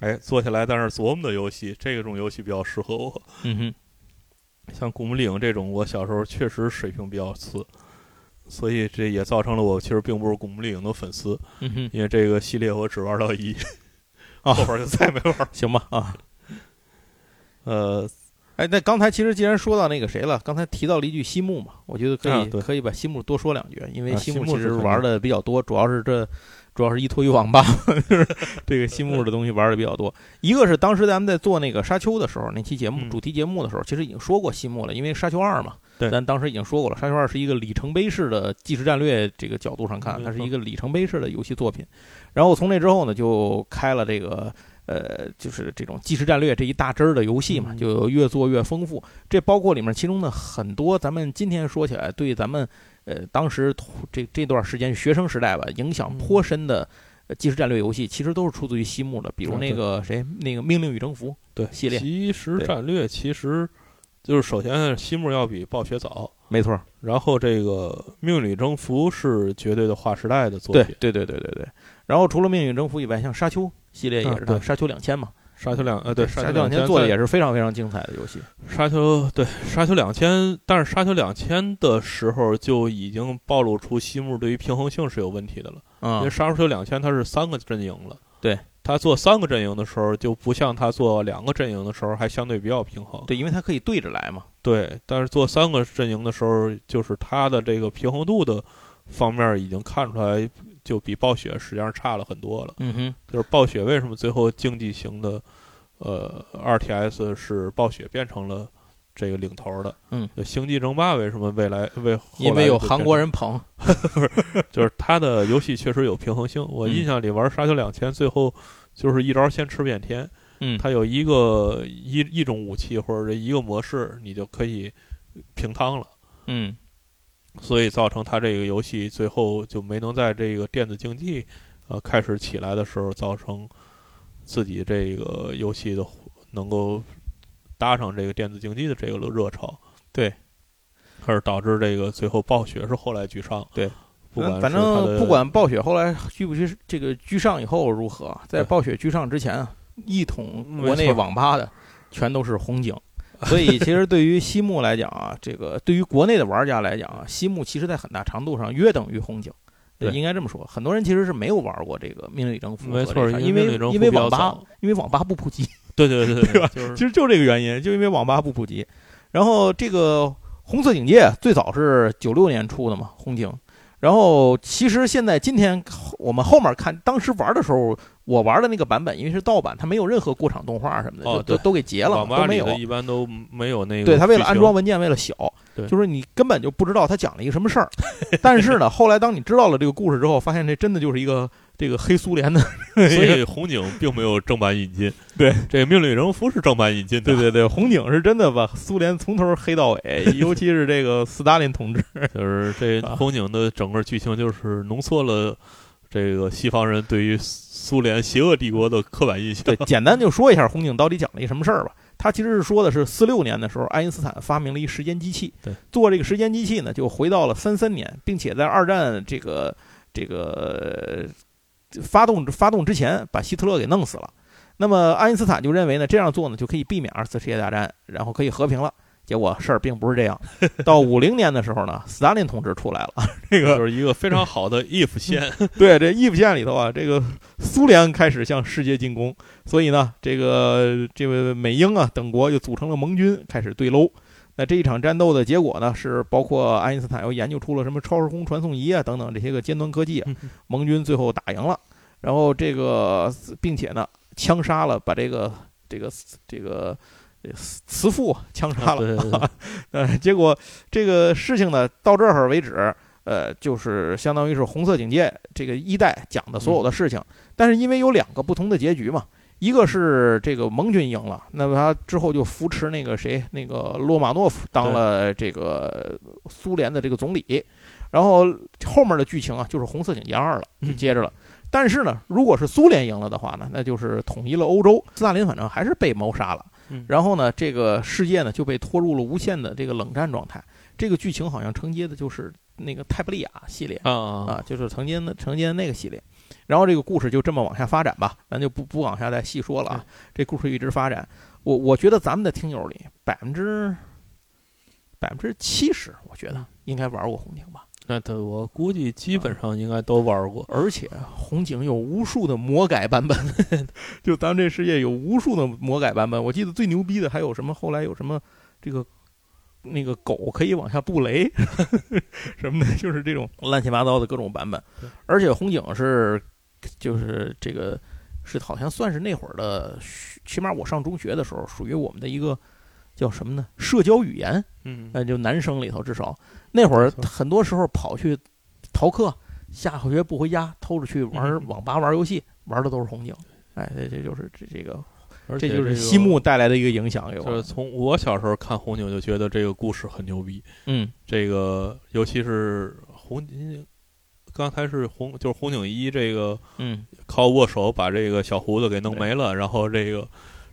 S2: 哎，坐下来在那儿琢磨的游戏。这种游戏比较适合我。
S1: 嗯哼，
S2: 像《古墓丽影》这种，我小时候确实水平比较次，所以这也造成了我其实并不是《古墓丽影》的粉丝，
S1: 嗯哼，
S2: 因为这个系列我只玩到一，
S1: *laughs* 啊
S2: 后边就再没玩
S1: *laughs*
S2: 儿。
S1: 行吧啊。
S2: 呃，
S1: 哎，那刚才其实既然说到那个谁了，刚才提到了一句西木嘛，我觉得可以、
S2: 啊对
S1: 可以把西木多说两句，因为
S2: 啊
S1: 西
S2: 西
S1: 木
S2: 木
S1: 其
S2: 是
S1: 实
S2: 肯定
S1: 玩的比较多，主要是这主要是依托于网吧， *laughs* 就是这个西木的东西玩的比较多。一个是当时咱们在做那个沙丘的时候，那期节目、
S2: 嗯
S1: 主题节目的时候，其实已经说过西木了，因为沙丘二嘛，
S2: 对
S1: 咱当时已经说过了，沙丘二是一个里程碑式的即时战略这个角度上看，
S2: 没
S1: 它是
S2: 错
S1: 一个里程碑式的游戏作品。然后从那之后呢，就开了这个呃，就是这种即时战略这一大支儿的游戏嘛，
S2: 嗯
S1: 就越做越丰富。这包括里面其中的很多，咱们今天说起来，对咱们呃当时同这这段时间学生时代吧，影响
S2: 嗯
S1: 颇深的。呃即时战略游戏其实都是出自于西木的，比如
S2: 啊
S1: 那
S2: 对
S1: 个谁，那个《命令与征服》
S2: 对，
S1: 系列
S2: 即时
S1: 对
S2: 战略其实就是首先西木要比暴雪早。
S1: 没错，
S2: 然后这个《命里征服》是绝对的划时代的作
S1: 对
S2: 品，
S1: 对对对对对。然后除了《命运征服》以外，像《沙丘》系列也
S2: 啊
S1: 是它，
S2: 对
S1: 《沙丘两千》嘛，
S2: 沙丘两呃对，
S1: 《沙
S2: 丘
S1: 丘两千》
S2: 千
S1: 做的
S2: 在
S1: 也是非常非常精彩的游戏。
S2: 沙丘对沙丘两千，但是沙丘两千的时候就已经暴露出西木对于平衡性是有问题的了，因
S1: 嗯
S2: 为，沙丘两千它是三个阵营了，
S1: 对，
S2: 他做三个阵营的时候，就不像他做两个阵营的时候还相对比较平衡。
S1: 对，因为它可以对着来嘛。
S2: 对，但是做三个阵营的时候，就是他的这个平衡度的方面已经看出来，就比暴雪实际上差了很多了。
S1: 嗯哼，
S2: 就是暴雪为什么最后竞技型的呃 RTS 是暴雪变成了这个领头的？
S1: 嗯，
S2: 星际争霸为什么未来为后来
S1: 因为有
S2: 就变
S1: 韩
S2: 成
S1: 国人捧，
S2: *laughs* 就是它的游戏确实有平衡性。
S1: 嗯
S2: 我印象里玩《沙丘两千》，最后就是一招先吃遍天。
S1: 嗯
S2: 它有一个一一种武器或者一个模式，你就可以平汤了，
S1: 嗯
S2: 所以造成它这个游戏最后就没能在这个电子竞技呃开始起来的时候，造成自己这个游戏的能够搭上这个电子竞技的这个热潮。
S1: 对，
S2: 而导致这个最后暴雪是后来居上。
S1: 对。
S2: 不管
S1: 嗯反
S2: 是它
S1: 正
S2: 的
S1: 不管暴雪后来居不居这个居上以后如何，在
S2: 对
S1: 暴雪居上之前啊，一统国
S2: 哎没
S1: 内
S2: 错
S1: 网吧的全都是红
S2: *laughs*
S1: 警。所以，其实对于西木来讲啊，这个对于国内的玩家来讲啊，西木其实在很大程度上约等于红警，
S2: 对
S1: 应该这么说。很多人其实是没有玩过这个命令与征服和
S2: 没
S1: 这啥，
S2: 错，
S1: 因
S2: 那
S1: 为
S2: 种
S1: 因为
S2: 比较
S1: 网吧
S2: 早，
S1: 因为网吧不普及，
S2: 对
S1: *laughs*
S2: 对对对，就是
S1: 其实就这个原因，就因为网吧不普及。然后这个红色警戒最早是九六年出的嘛，红警。然后其实现在今天我们后面看，当时玩的时候，我玩的那个版本因为是盗版，它没有任何过场动画什么的，
S2: 哦
S1: 就
S2: 对
S1: 都都给截了
S2: 网
S1: 嘛，都
S2: 吧
S1: 没
S2: 里
S1: 有
S2: 的。一般都没有那个剧情。
S1: 对他为了安装文件，为了小，
S2: 对
S1: 就是你根本就不知道他讲了一个什么事儿。但是呢，后来当你知道了这个故事之后，发现这真的就是一个这个黑苏联的， *laughs*
S2: 所以红警并没有正版引进。
S1: 对，
S2: 这个《命令与征服》是正版引进的。
S1: 对对对，红警是真的把苏联从头黑到尾，尤其是这个斯大林同志。
S2: 就是这
S1: 啊
S2: 红警的整个剧情就是浓缩了这个西方人对于苏联邪恶帝国的刻板印象。
S1: 对，简单就说一下红警到底讲了一什么事儿吧。他其实是说的是四六年的时候，爱因斯坦发明了一时间机器，
S2: 对，
S1: 做这个时间机器呢，就回到了三三年，并且在二战这个这个呃发动发动之前，把希特勒给弄死了。那么爱因斯坦就认为呢，这样做呢就可以避免二次世界大战，然后可以和平了。结果事儿并不是这样。到五零年的时候呢，斯大林同志出来了，这个
S2: 就是一个非常好 *laughs* 的 if 线，
S1: 对，这 if 线里头啊，这个苏联开始向世界进攻，所以呢，这个这位美英啊等国就组成了盟军，开始对搂。那这一场战斗的结果呢，是包括爱因斯坦又研究出了什么超时空传送仪啊等等这些个尖端科技啊，盟军最后打赢了，然后这个并且呢枪杀了把这个这个这个这个慈父啊枪杀了，
S2: 啊对对对
S1: 呃，结果这个事情呢，到这儿为止，呃，就是相当于是红色警戒这个一代讲的所有的事情，但是因为有两个不同的结局嘛，一个是这个盟军赢了，那么他之后就扶持那个谁，那个洛马诺夫当了这个苏联的这个总理，然后后面的剧情啊，就是红色警戒二了，就
S2: 嗯
S1: 接着了。但是呢，如果是苏联赢了的话呢，那就是统一了欧洲。斯大林反正还是被谋杀了，
S2: 嗯
S1: 然后呢，这个世界呢就被拖入了无限的这个冷战状态。这个剧情好像承接的就是那个泰布利亚系列
S2: 啊，
S1: 啊，就是承接的承接的那个系列。然后这个故事就这么往下发展吧，咱就不不往下再细说了啊。这故事一直发展，我我觉得咱们的听友里百分之百分之七十，我觉
S2: 嗯
S1: 得应该玩过红警吧。
S2: 那他我估计基本上应该都玩过。
S1: 而且红警有无数的魔改版本， *laughs* 就咱们这世界有无数的魔改版本。我记得最牛逼的还有什么？后来有什么这个那个狗可以往下布雷 *laughs* 什么的，就是这种乱七八糟的各种版本
S2: 对。
S1: 而且红警是就是这个是好像算是那会儿的，起码我上中学的时候，属于我们的一个叫什么呢？社交语言。
S2: 嗯，
S1: 那就男生里头至少那会儿
S2: 没错
S1: 很多时候跑去逃课，下学不回家，偷着去玩儿
S2: 嗯
S1: 网吧玩儿游戏，玩的都是红警。哎，这这就是这这个，
S2: 而
S1: 这
S2: 且
S1: 就是
S2: 个
S1: 西木带来的一个影响给
S2: 就
S1: 我
S2: 是。从我小时候看红警就觉得这个故事很牛逼，
S1: 嗯
S2: 这个尤其是红，刚才是红就是红警一这个
S1: 嗯，
S2: 靠握手把这个小胡子给弄没了，然后这个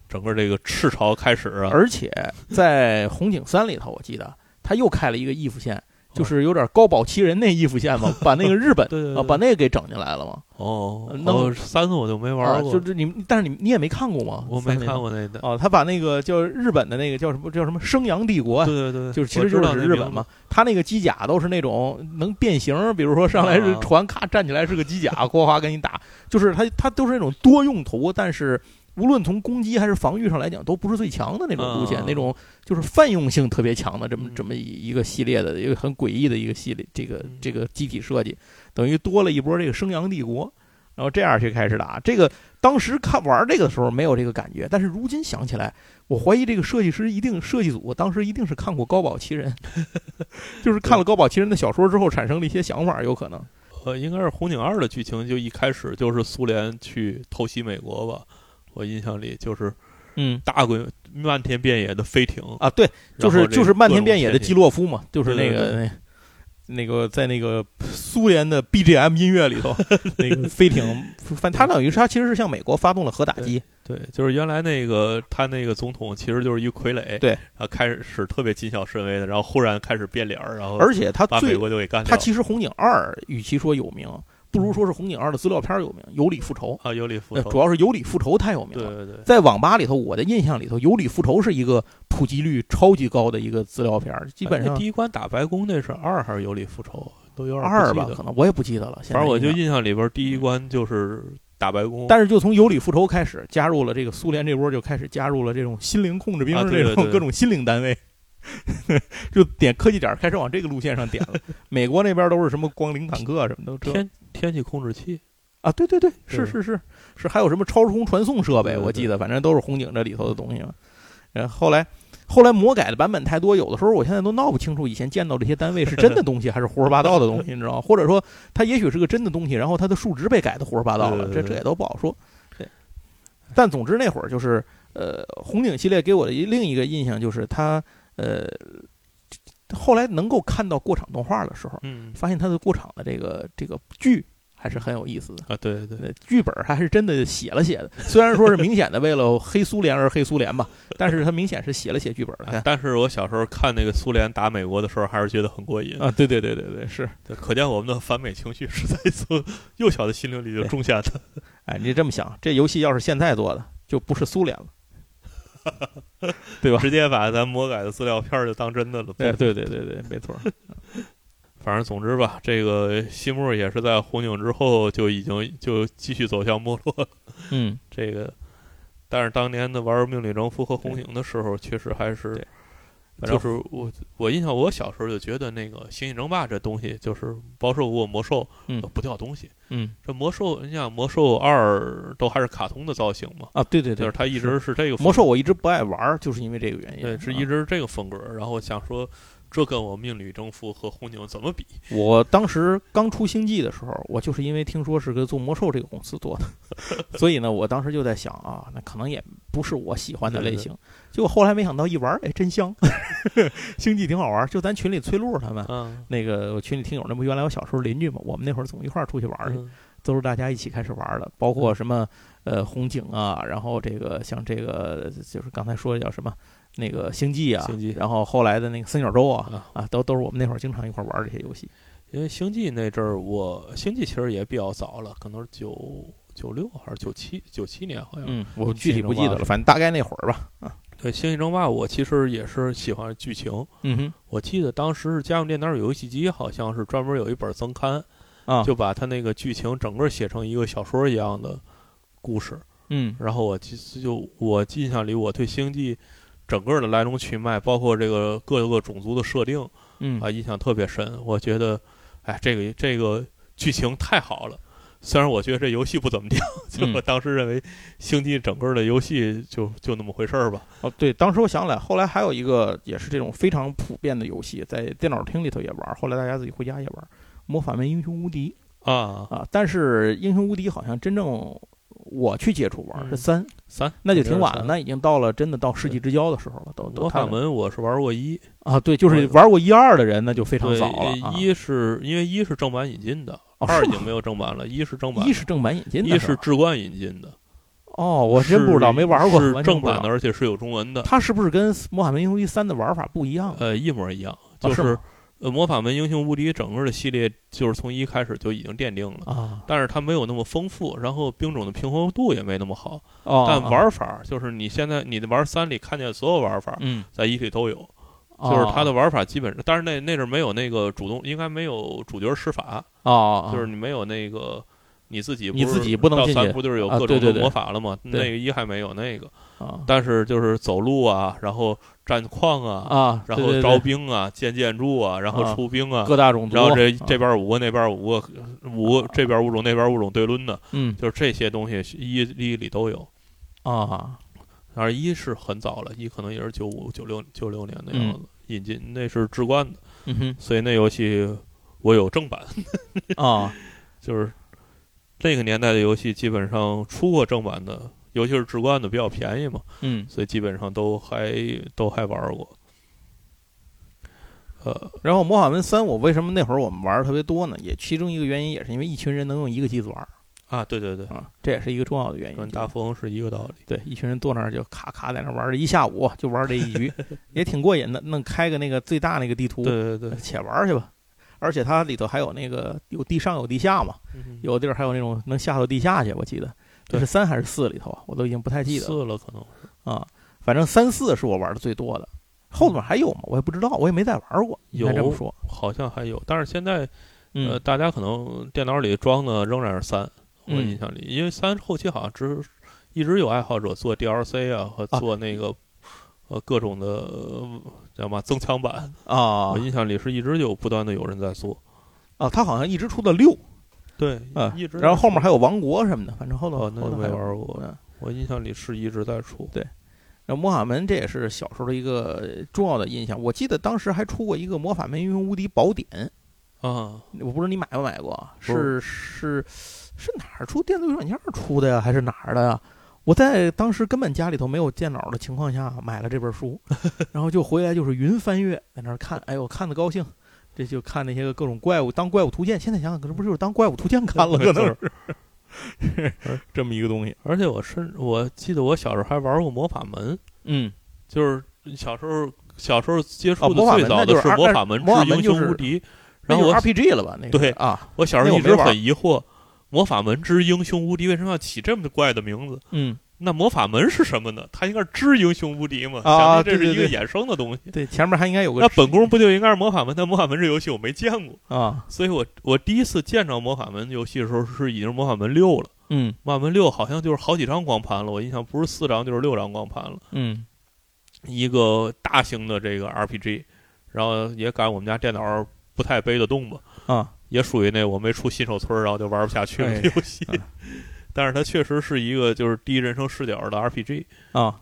S2: 整个这个赤潮开始啊，
S1: 而且在红警三里头，我记得他又开了一个 E 啊义父线，就是有点高保七人那义父线嘛，把那个日本
S2: 哦 *laughs* 对对
S1: 啊
S2: 对
S1: 把那个给整进来了嘛。
S2: 哦，
S1: 弄
S2: 哦，三我就没
S1: 啊
S2: 玩过，
S1: 就这你，但是你你也没看过吗？
S2: 我没
S1: 三里头
S2: 看过那个。
S1: 哦，他把那个叫日本的那个叫什么叫什么升阳帝国啊，
S2: 对对对，
S1: 就是其
S2: 我
S1: 实
S2: 知
S1: 就
S2: 道
S1: 是
S2: 那
S1: 日
S2: 名
S1: 本
S2: 字
S1: 嘛，，他那个机甲都是那种能变形儿，比如说上来是
S2: 啊
S1: 船，咔站起来是个机甲，哗哗跟你打，就是它它都是那种多用途，但是无论从攻击还是防御上来讲，都不是最强的那种路线，
S2: 啊
S1: 那种就是泛用性特别强的这么
S2: 嗯
S1: 这么一一个系列的一个很诡异的一个系列，这个
S2: 嗯
S1: 这个机体设计，等于多了一波这个升阳帝国。然后这样去开始打，这个当时看玩这个的时候没有这个感觉，但是如今想起来，我怀疑这个设计师一定设计组当时一定是看过高保奇人， *laughs* 就是看了高保奇人的小说之后产生了一些想法，有可能。
S2: 呃，应该是《红警二》的剧情，就一开始就是苏联去偷袭美国吧。我印象里就是
S1: 嗯
S2: 大规漫天遍野的飞艇，
S1: 啊，对，就
S2: 然
S1: 是
S2: 后这
S1: 就是漫天遍野
S2: 各
S1: 的
S2: 种潜
S1: 基洛夫嘛，就是那
S2: 对对
S1: 个那那个在那个苏联的 BGM 音乐
S2: *laughs*
S1: 里头，那个飞艇，反它等于是它其实是向美国发动了核打击，
S2: 对，就是原来那个他那个总统其实就是一傀儡，
S1: 对
S2: 然后开始特别谨小慎微的，然后忽然开始变脸儿，然后
S1: 而且它
S2: 把美
S1: 最
S2: 国就给干掉
S1: 它
S2: 了。
S1: 其实《红警二》与其说有名，不如说是《红警二》的资料片有名，《有理复仇》
S2: 啊，有理复
S1: 呃，
S2: 仇，
S1: 主要是《有理复仇》太有名
S2: 对
S1: 了。
S2: 对对，
S1: 在网吧里头，我的印象里头，《有理复仇》是一个普及率超级高的一个资料片儿，基本
S2: 哎
S1: 上
S2: 第一关打白宫那是二还是有理复仇，啊都有点儿不
S1: 二
S2: 记
S1: 吧，
S2: 得
S1: 可能我也不记得了。现在
S2: 反正我就
S1: 应该，嗯
S2: 印象里边儿第一关就是打白宫，
S1: 但是就从《有理复仇》开始，加入了这个苏联这波，就开始加入了这种心灵控制兵
S2: 啊对
S1: 这
S2: 对
S1: 种
S2: 对
S1: 各种心灵单位， *laughs* 就点科技点儿开始往这个路线上
S2: *laughs*
S1: 点了。美国那边都是什么光灵坦克什么都这
S2: 天天气控制器，
S1: 啊，对对对，是
S2: 对
S1: 是是是，还有什么超时空传送设备，
S2: 对对
S1: 我
S2: 对
S1: 记得，反正都是红警这里头的东西嘛。然后后来后来魔改的版本太多，有的时候我现在都闹不清楚以前见到这些单位是真的东西还是胡说八道的东西，你知道吗？或者说它也许是个真的东西，然后它的数值被改的胡说八道了，
S2: 对
S1: 这
S2: 对
S1: 这
S2: 对
S1: 也都不好说。对，但总之那会儿就是呃，红警系列给我的一另一个印象就是它呃，后来能够看到过场动画的时候，
S2: 嗯
S1: 发现它的过场的这个这个剧还是很有意思的。
S2: 啊，对对对，
S1: 呃，剧本还是真的写了写的，虽然说是明显的为了黑苏联而黑苏联吧，但是他明显是写了写剧本
S2: 啊
S1: 的。
S2: 但是我小时候看那个苏联打美国的时候，还是觉得很过瘾
S1: 啊，对对对对对，是，
S2: 对可见我们的反美情绪是在从幼小的心灵里就种下的。
S1: 哎，你这么想，这游戏要是现在做的，就不是苏联了。对吧
S2: 直接把咱魔改的资料片儿就当真的了。
S1: 对哎对对对对，没错。
S2: 反正总之吧，这个西木也是在红警之后就已经就继续走向没落了。
S1: 嗯，
S2: 这个，但是当年的玩《命令征服》和《红警》的时候，确实还是
S1: 对，
S2: 反正就是我我印象，我小时候就觉得那个《星际争霸》这东西就是包兽我魔兽，
S1: 嗯
S2: 呃不掉东西。
S1: 嗯
S2: 这魔兽，你想魔兽二都还是卡通的造型嘛，
S1: 啊，对对
S2: 就
S1: 对
S2: 是，它一直是嗯这个风
S1: 魔兽我一直不爱玩，就是因为这个原因。啊
S2: 对，是一直是这个风格。然后我想说，这跟我命里征服和红警怎么比？
S1: 我当时刚出星际的时候，我就是因为听说是个做魔兽这个公司做的， *laughs* 所以呢，我当时就在想啊，那可能也不是我喜欢的类型。结果后来没想到一玩，哎，真香！ *laughs* 星际挺好玩，就咱群里崔璐他们。
S2: 嗯，
S1: 那个我群里听友，那不原来我小时候邻居嘛，我们那会儿总一块儿出去玩去，
S2: 嗯
S1: 都是大家一起开始玩的，包括什么呃红警啊，然后这个像这个就是刚才说的叫什么那个星际啊，
S2: 星际
S1: 然后后来的那个三角洲啊
S2: 啊，
S1: 啊，都都是我们那会儿经常一块儿玩这些游戏。
S2: 因为星际那阵儿，我星际其实也比较早了，可能是九九六还是九七九七年好像。
S1: 嗯，我具体不记得了，反正大概那会儿吧。
S2: 对，星际争霸我其实也是喜欢剧情。
S1: 嗯哼，
S2: 我记得当时是家用电脑有游戏机，好像是专门有一本增刊，
S1: 啊，
S2: 就把它那个剧情整个写成一个小说一样的故事。
S1: 嗯
S2: 然后我记就我印象里，我对星际整个的来龙去脉，包括这个各个种族的设定
S1: 嗯
S2: 啊，印象特别深。我觉得，哎，这个这个剧情太好了。虽然我觉得这游戏不怎么地， *laughs* 就
S1: 嗯
S2: 我当时认为星际整个的游戏就就那么回事儿吧。
S1: 哦，对，当时我想起来，后来还有一个也是这种非常普遍的游戏，在电脑厅里头也玩，后来大家自己回家也玩，《魔法门英雄无敌》
S2: 啊，
S1: 啊。但是《英雄无敌》好像真正我去接触玩
S2: 嗯
S1: 是三，
S2: 三
S1: 那就挺晚了，
S2: 我觉得
S1: 那已经到了真的到世纪之交的时候了，都
S2: 三
S1: 都
S2: 魔
S1: 他
S2: 法
S1: 们
S2: 门我是玩过一，
S1: 啊，对，就是玩过一二的人那就非常
S2: 对
S1: 早了啊。
S2: 一是因为一是正版引进的，
S1: 哦
S2: 二
S1: 是
S2: 已
S1: 吗
S2: 经没有正版了，一是正版的，
S1: 一是正版引进的吧，
S2: 一是志冠引进的，
S1: 哦，我真不知道，
S2: 是
S1: 没玩过，
S2: 是
S1: 完全
S2: 正
S1: 不知道
S2: 版的，。而且是有中文的。
S1: 它是不是跟《魔法门英雄一三》的玩法不一样啊？
S2: 呃，一模一样，
S1: 啊
S2: 就是是
S1: 吗
S2: 呃，魔法门英雄无敌整个的系列就是从一开始就已经奠定了，
S1: 啊，
S2: 但是它没有那么丰富，然后兵种的平衡度也没那么好，
S1: 哦，
S2: 但
S1: 啊，
S2: 玩法就是你现在你的玩三里看见所有玩法，
S1: 嗯，
S2: 在一里都有，
S1: 哦
S2: 就是它的玩法基本上，但是那那阵儿没有那个主动，应该没有主角施法，
S1: 哦，
S2: 就是你没有那个你自己
S1: 你
S2: 是
S1: 自己不能
S2: 到
S1: 进
S2: 三
S1: 去
S2: 不就是有
S1: 啊
S2: 各
S1: 对对
S2: 种的
S1: 对
S2: 魔法了吗？
S1: 对
S2: 那个一还没有那个，
S1: 啊
S2: 但是就是走路啊，然后战况啊，
S1: 啊，
S2: 然
S1: 对
S2: 后
S1: 对
S2: 招
S1: 对
S2: 兵啊，建建筑啊，然后
S1: 啊
S2: 出兵啊，
S1: 各大种族，
S2: 然后这
S1: 啊
S2: 这边五个那边五个五个这边物种那边物种对抡的，
S1: 嗯
S2: 就是这些东西一一里都有。
S1: 啊，
S2: 当然一是很早了，一可能也是九五九六九六年的样子引进，那是置冠的。
S1: 嗯哼
S2: 所以那游戏我有正版， *laughs*
S1: 啊，
S2: 就是那个年代的游戏基本上出过正版的，尤其是直观的比较便宜嘛，
S1: 嗯，
S2: 所以基本上都还都还玩过。呃，
S1: 然后魔法门三，我为什么那会儿我们玩的特别多呢？也其中一个原因也是因为一群人能用一个机子玩儿
S2: 啊，对对对，
S1: 啊，这也是一个重要的原
S2: 跟
S1: 因。
S2: 大富翁是一个道理。
S1: 对，一群人坐那儿就咔咔在那儿玩儿一下午，就玩儿这一
S2: *laughs*
S1: 局，也挺过瘾的。弄开个那个最大那个地图，
S2: 对对对，
S1: 且玩儿去吧。而且它里头还有那个有地上有地下嘛，
S2: 嗯
S1: 哎有的地儿还有那种能下到地下去，我记得这
S2: 对
S1: 是三还是四里头啊，我都已经不太记得了。
S2: 四了可能。
S1: 啊，反正三四是我玩的最多的，后面还有吗？我也不知道，我也没再玩过。应该这么
S2: 有
S1: 说，
S2: 好像还有，但是现在、
S1: 嗯
S2: 呃，大家可能电脑里装的仍然是三，我
S1: 嗯
S2: 印象里，因为三后期好像只一直有爱好者做 DLC 啊和
S1: 啊
S2: 做那个、呃各种的呃叫嘛增强版，
S1: 啊
S2: 我印象里是一直有不断的有人在做，
S1: 啊，他好像一直出到六
S2: 对，
S1: 啊
S2: 一直，在
S1: 然后后面
S2: 出
S1: 还有王国什么的，反正后头
S2: 哦，那
S1: 后
S2: 就
S1: 头
S2: 没
S1: 还有。
S2: 玩过，
S1: 嗯
S2: 我印象里是一直在出，
S1: 然后魔法门这也是小时候的一个重要的印象。我记得当时还出过一个《魔法门英雄无敌宝典》，
S2: 啊，
S1: 我不知道你买没买过啊，
S2: 不
S1: 是是是哪儿出电子软件出的呀，还是哪儿的呀？我在当时根本家里头没有电脑的情况下买了这本
S2: *laughs*
S1: 书，然后就回来就是云翻阅，在那儿看，哎呦，看的高兴，这就看那些个各种怪物当怪物图鉴。现在想想，可能不就是当怪物图鉴看了，可能
S2: *laughs*
S1: 是这么一个东西。
S2: 而且我甚我记得我小时候还玩过魔法门，
S1: 嗯，
S2: 就是小时候小时候接触
S1: 哦
S2: 的
S1: 魔法
S2: 最
S1: 门
S2: 早
S1: 那就
S2: 的
S1: 是 R-
S2: 魔法门
S1: 魔法
S2: 至英
S1: 门就
S2: 雄
S1: 是
S2: 无敌，
S1: 那
S2: 然
S1: 就是
S2: 后我
S1: RPG 了吧？那个
S2: 对
S1: 啊，
S2: 我小时
S1: 那
S2: 候
S1: 我
S2: 一
S1: 没
S2: 直
S1: 玩
S2: 很疑惑，魔法门之英雄无敌为什么要起这么怪的名字？
S1: 嗯，
S2: 那魔法门是什么呢？它应该是知英雄无敌嘛？
S1: 啊
S2: 想必这是一
S1: 对对
S2: 个
S1: 对
S2: 衍生的东西。
S1: 对，前面还应该有个
S2: 那本宫不就应该是魔法门？但魔法门这游戏我没见过，
S1: 啊，
S2: 所以我我第一次见着魔法门游戏的时候是已经是魔法门六了。
S1: 嗯
S2: 魔法门六好像就是好几张光盘了，我印象不是四张就是六张光盘了。
S1: 嗯
S2: 一个大型的这个 RPG，然后也赶我们家电脑不太背得动吧，
S1: 啊，
S2: 也属于那我没出新手村儿，然后就玩不下去
S1: 哎
S2: 的游戏。
S1: 嗯
S2: 但是它确实是一个就是第一人称视角的 RPG，
S1: 啊。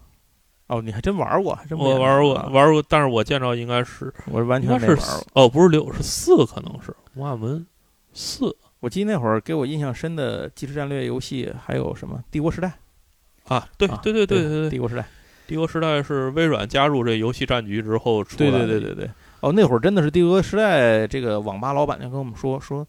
S1: 哦，你还真玩过，还真没
S2: 我玩过
S1: 啊
S2: 玩过，但是我见着应该是
S1: 我完
S2: 应
S1: 全
S2: 该
S1: 没
S2: 是
S1: 玩过。
S2: 哦，不是六是四，可能是魔法门四
S1: 我记得那会儿给我印象深的即时战略游戏还有什么《帝国时代》
S2: 啊，对
S1: 啊
S2: 对对对
S1: 《
S2: 对对，
S1: 帝国时代》
S2: 帝国时代是微软加入这游戏战局之后出来
S1: 对
S2: 的，
S1: 对对对对。哦，那会儿真的是《帝国时代》这个网吧老板就跟我们说说，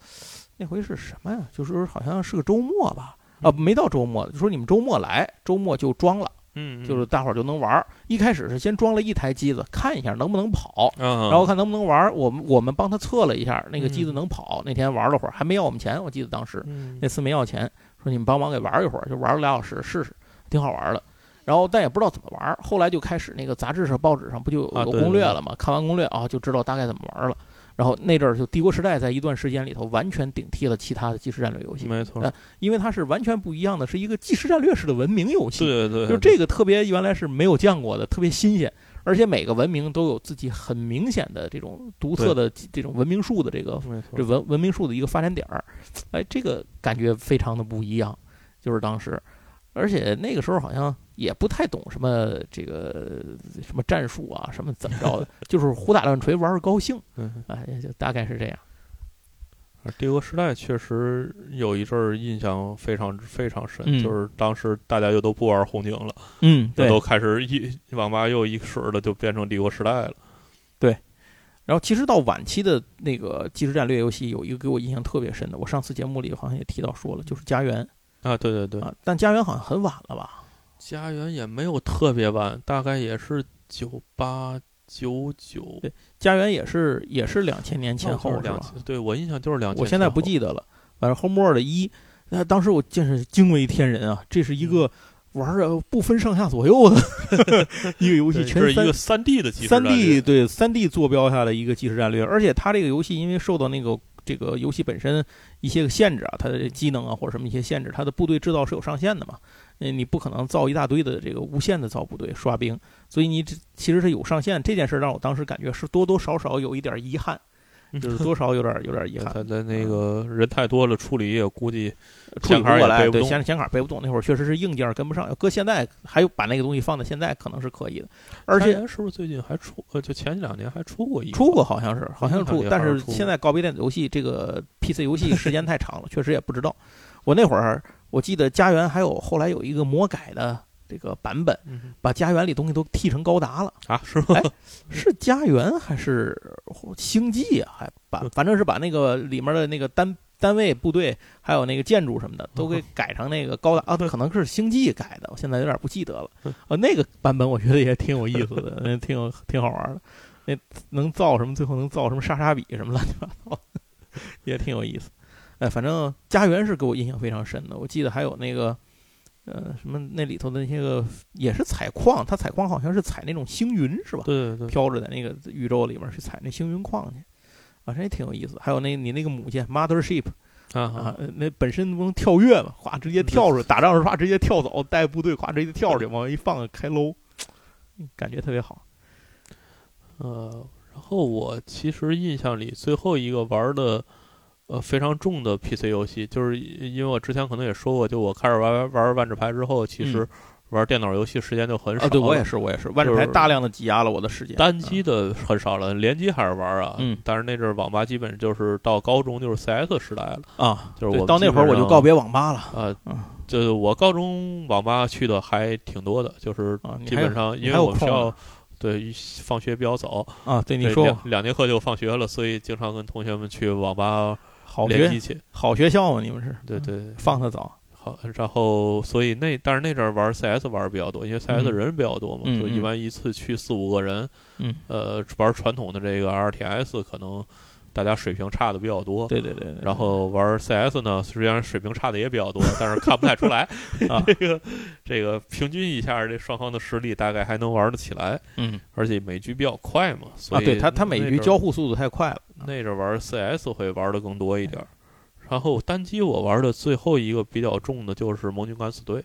S1: 那回是什么呀？就是说好像是个周末吧，
S2: 嗯
S1: 啊，没到周末，就说你们周末来，周末就装了，
S2: 嗯，嗯，
S1: 就是大伙儿就能玩儿。一开始是先装了一台机子，看一下能不能跑。
S2: 啊，
S1: 然后看能不能玩儿，我们我们帮他测了一下，那个机子
S2: 嗯
S1: 能跑。那天玩了会儿，还没要我们钱，我记得当时。
S2: 嗯
S1: 那次没要钱，说你们帮忙给玩一会儿，就玩了俩小时试试，挺好玩的。然后但也不知道怎么玩，后来就开始那个杂志上、报纸上不就有
S2: 啊
S1: 有
S2: 对
S1: 攻略
S2: 对对
S1: 了吗？看完攻略啊，就知道大概怎么玩了。然后那阵儿就《帝国时代》在一段时间里头完全顶替了其他的即时战略游戏，
S2: 没错
S1: 呃，因为它是完全不一样的，是一个即时战略式的文明游戏。
S2: 对对对，
S1: 就这个特别原来是没有见过的，特别新鲜，而且每个文明都有自己很明显的这种独特的这种文明树的这个
S2: 没错
S1: 这文文明树的一个发展点儿，哎，这个感觉非常的不一样，就是当时，而且那个时候好像也不太懂什么这个什么战术啊，什么怎么着的，就是胡打乱锤玩儿高兴，
S2: 嗯。
S1: 哎，就大概是这样。
S2: 而帝国时代确实有一阵儿印象非常非常深，
S1: 嗯
S2: 就是当时大家就都不玩红警了，
S1: 嗯，
S2: 就都开始一网吧又一水儿的就变成帝国时代了。
S1: 然后其实到晚期的那个即时战略游戏，有一个给我印象特别深的，我上次节目里好像也提到说了，就是家园
S2: 啊，对对对，
S1: 啊，但家园好像很晚了吧？
S2: 家园也没有特别晚，大概也是九八九九
S1: 家园也是也是两千年前后
S2: 哦就
S1: 是
S2: 是两
S1: 吧？
S2: 千，对我印象就是两千前后。
S1: 我现在不记得了，反正《Homeworld》一，那当时我见识惊为天人啊！这是一个玩着不分上下左右的 *laughs* 一个游戏，
S2: 对，
S1: 全
S2: 这是一
S1: 三
S2: 个三 D 的技术
S1: 三 D
S2: 战略
S1: 对三 D 坐标下的一个即时战略，而且它这个游戏因为受到那个这个游戏本身一些个限制啊，它的机能啊或者什么一些限制，它的部队制造是有上限的嘛，那你不可能造一大堆的这个无限的造部队刷兵，所以你这其实是有上限。这件事儿让我当时感觉是多多少少有一点遗憾，
S2: 嗯
S1: 就是多少有点有点遗憾
S2: *laughs* 他。的那个人太多了，处理也估计
S1: 处理
S2: 显卡
S1: 不
S2: 也
S1: 过来，
S2: 背不
S1: 对
S2: 动
S1: 显显卡背不动，那会儿确实是硬件跟不上。要搁现在，还有把那个东西放在现在可能是可以的，而且
S2: 他是不是最近还出呃，就前两年还出过一
S1: 出过好像是，好像
S2: 好像
S1: 出
S2: 也，
S1: 但
S2: 嗯好像
S1: 是
S2: 出过
S1: 现在告别电子游戏，这个 PC 游戏时间太长了，确实也不知道。我那会儿我记得家园还有后来有一个魔改的这个版本，
S2: 嗯
S1: 把家园里东西都剃成高达了，
S2: 啊？是吗？
S1: 哎是家园还是星际啊？还把
S2: 嗯
S1: 反正是把那个里面的那个单。单位、部队，还有那个建筑什么的，都给改成那个高达啊，可能是星际改的，我现在有点不记得了。呃，那个版本我觉得也挺有意思的， *laughs* 那挺有挺好玩的。那能造什么？最后能造什么莎莎比什么乱七八糟，也挺有意思。哎，反正家园是给我印象非常深的。我记得还有那个，呃，什么那里头的那些个也是采矿，它采矿好像是采那种星云是吧？
S2: 对对对，
S1: 飘着在那个宇宙里面去采那星云矿去，啊，这也挺有意思。还有那你那个母舰 Mothership
S2: 啊
S1: 啊嗯
S2: 啊，，
S1: 呃那本身不能跳跃嘛，咵直接跳出去，打仗时候咵直接跳走，带部队咵直接跳出去，往一放开搂，感觉特别好。
S2: 呃，然后我其实印象里最后一个玩的呃非常重的 PC 游戏，就是因因为我之前可能也说过，就我开始玩玩万智牌之后，其实玩电脑游戏时间就很少
S1: 嗯
S2: 了。
S1: 啊，对我也是，我也是，万智牌大量的挤压了我的时间。
S2: 单机的很少了，联机还是玩啊。
S1: 嗯
S2: 但是那阵儿网吧基本就是到高中就是 CS 时代了
S1: 啊，
S2: 就是
S1: 对
S2: 我们
S1: 到那会儿我就告别网吧了
S2: 啊
S1: 嗯。
S2: 就是我高中网吧去的还挺多的，就是
S1: 啊，你
S2: 基
S1: 还有
S2: 本上因
S1: 还有
S2: 为我们学
S1: 空
S2: 校
S1: 呢
S2: 对放学比较早，
S1: 啊，对你
S2: 对
S1: 说过
S2: 两两节课就放学了，所以经常跟同学们去网吧
S1: 好
S2: 联机
S1: 学
S2: 去。
S1: 好学校嘛，你们是
S2: 对对，
S1: 放的早，
S2: 好。然后所以那但是那阵儿玩 CS 玩的比较多，因为 CS
S1: 嗯
S2: 人比较多嘛，
S1: 嗯
S2: 就一
S1: 嗯
S2: 般一次去四五个人。
S1: 嗯，
S2: 呃，玩传统的这个 RTS 可能大家水平差的比较多。
S1: 对对对，对
S2: 然后玩 CS 呢，虽然水平差的也比较多，但是看不太
S1: *laughs*
S2: 出来
S1: 啊
S2: 这个这个平均一下，这双方的实力大概还能玩得起来，
S1: 嗯
S2: 而且每局比较快嘛，所
S1: 啊，
S2: 以
S1: 对他他每
S2: 那
S1: 局
S2: 阵儿
S1: 交互速度太快了，
S2: 那阵儿玩 CS 会玩的更多一点儿。然后单机我玩的最后一个比较重的就是盟军敢死队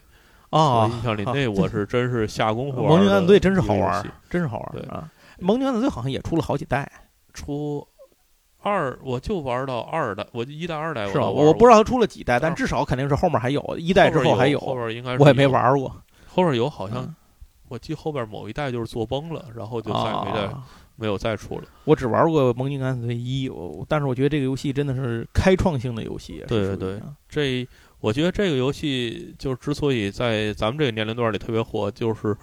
S1: 啊
S2: 我，印象里
S1: 啊
S2: 那我是真是下功夫玩
S1: *laughs*
S2: 的
S1: 盟军敢死队真是好
S2: 一个游
S1: 玩
S2: 戏，
S1: 真是好玩
S2: 对
S1: 啊！盟军敢死队好像也出了好几代，
S2: 出二我就玩到二代，哎我就一代二代
S1: 是吧？
S2: 吧？
S1: 我不知道它出了几代，但
S2: 啊
S1: 至少肯定是后面还有一
S2: 一
S1: 代之后还
S2: 有，后边应该是
S1: 我也没
S2: 有，
S1: 玩过，
S2: 后边有好像
S1: 嗯
S2: 我记后边某一代就是做崩了，然后就再也没再
S1: 啊
S2: 没有再出了。
S1: 我只玩过《盟军敢死队一》，我但是我觉得这个游戏真的是开创性的游戏。
S2: 对
S1: 是属于
S2: 对
S1: 啊
S2: 这我觉得这个游戏就是之所以在咱们这个年龄段里特别火，就是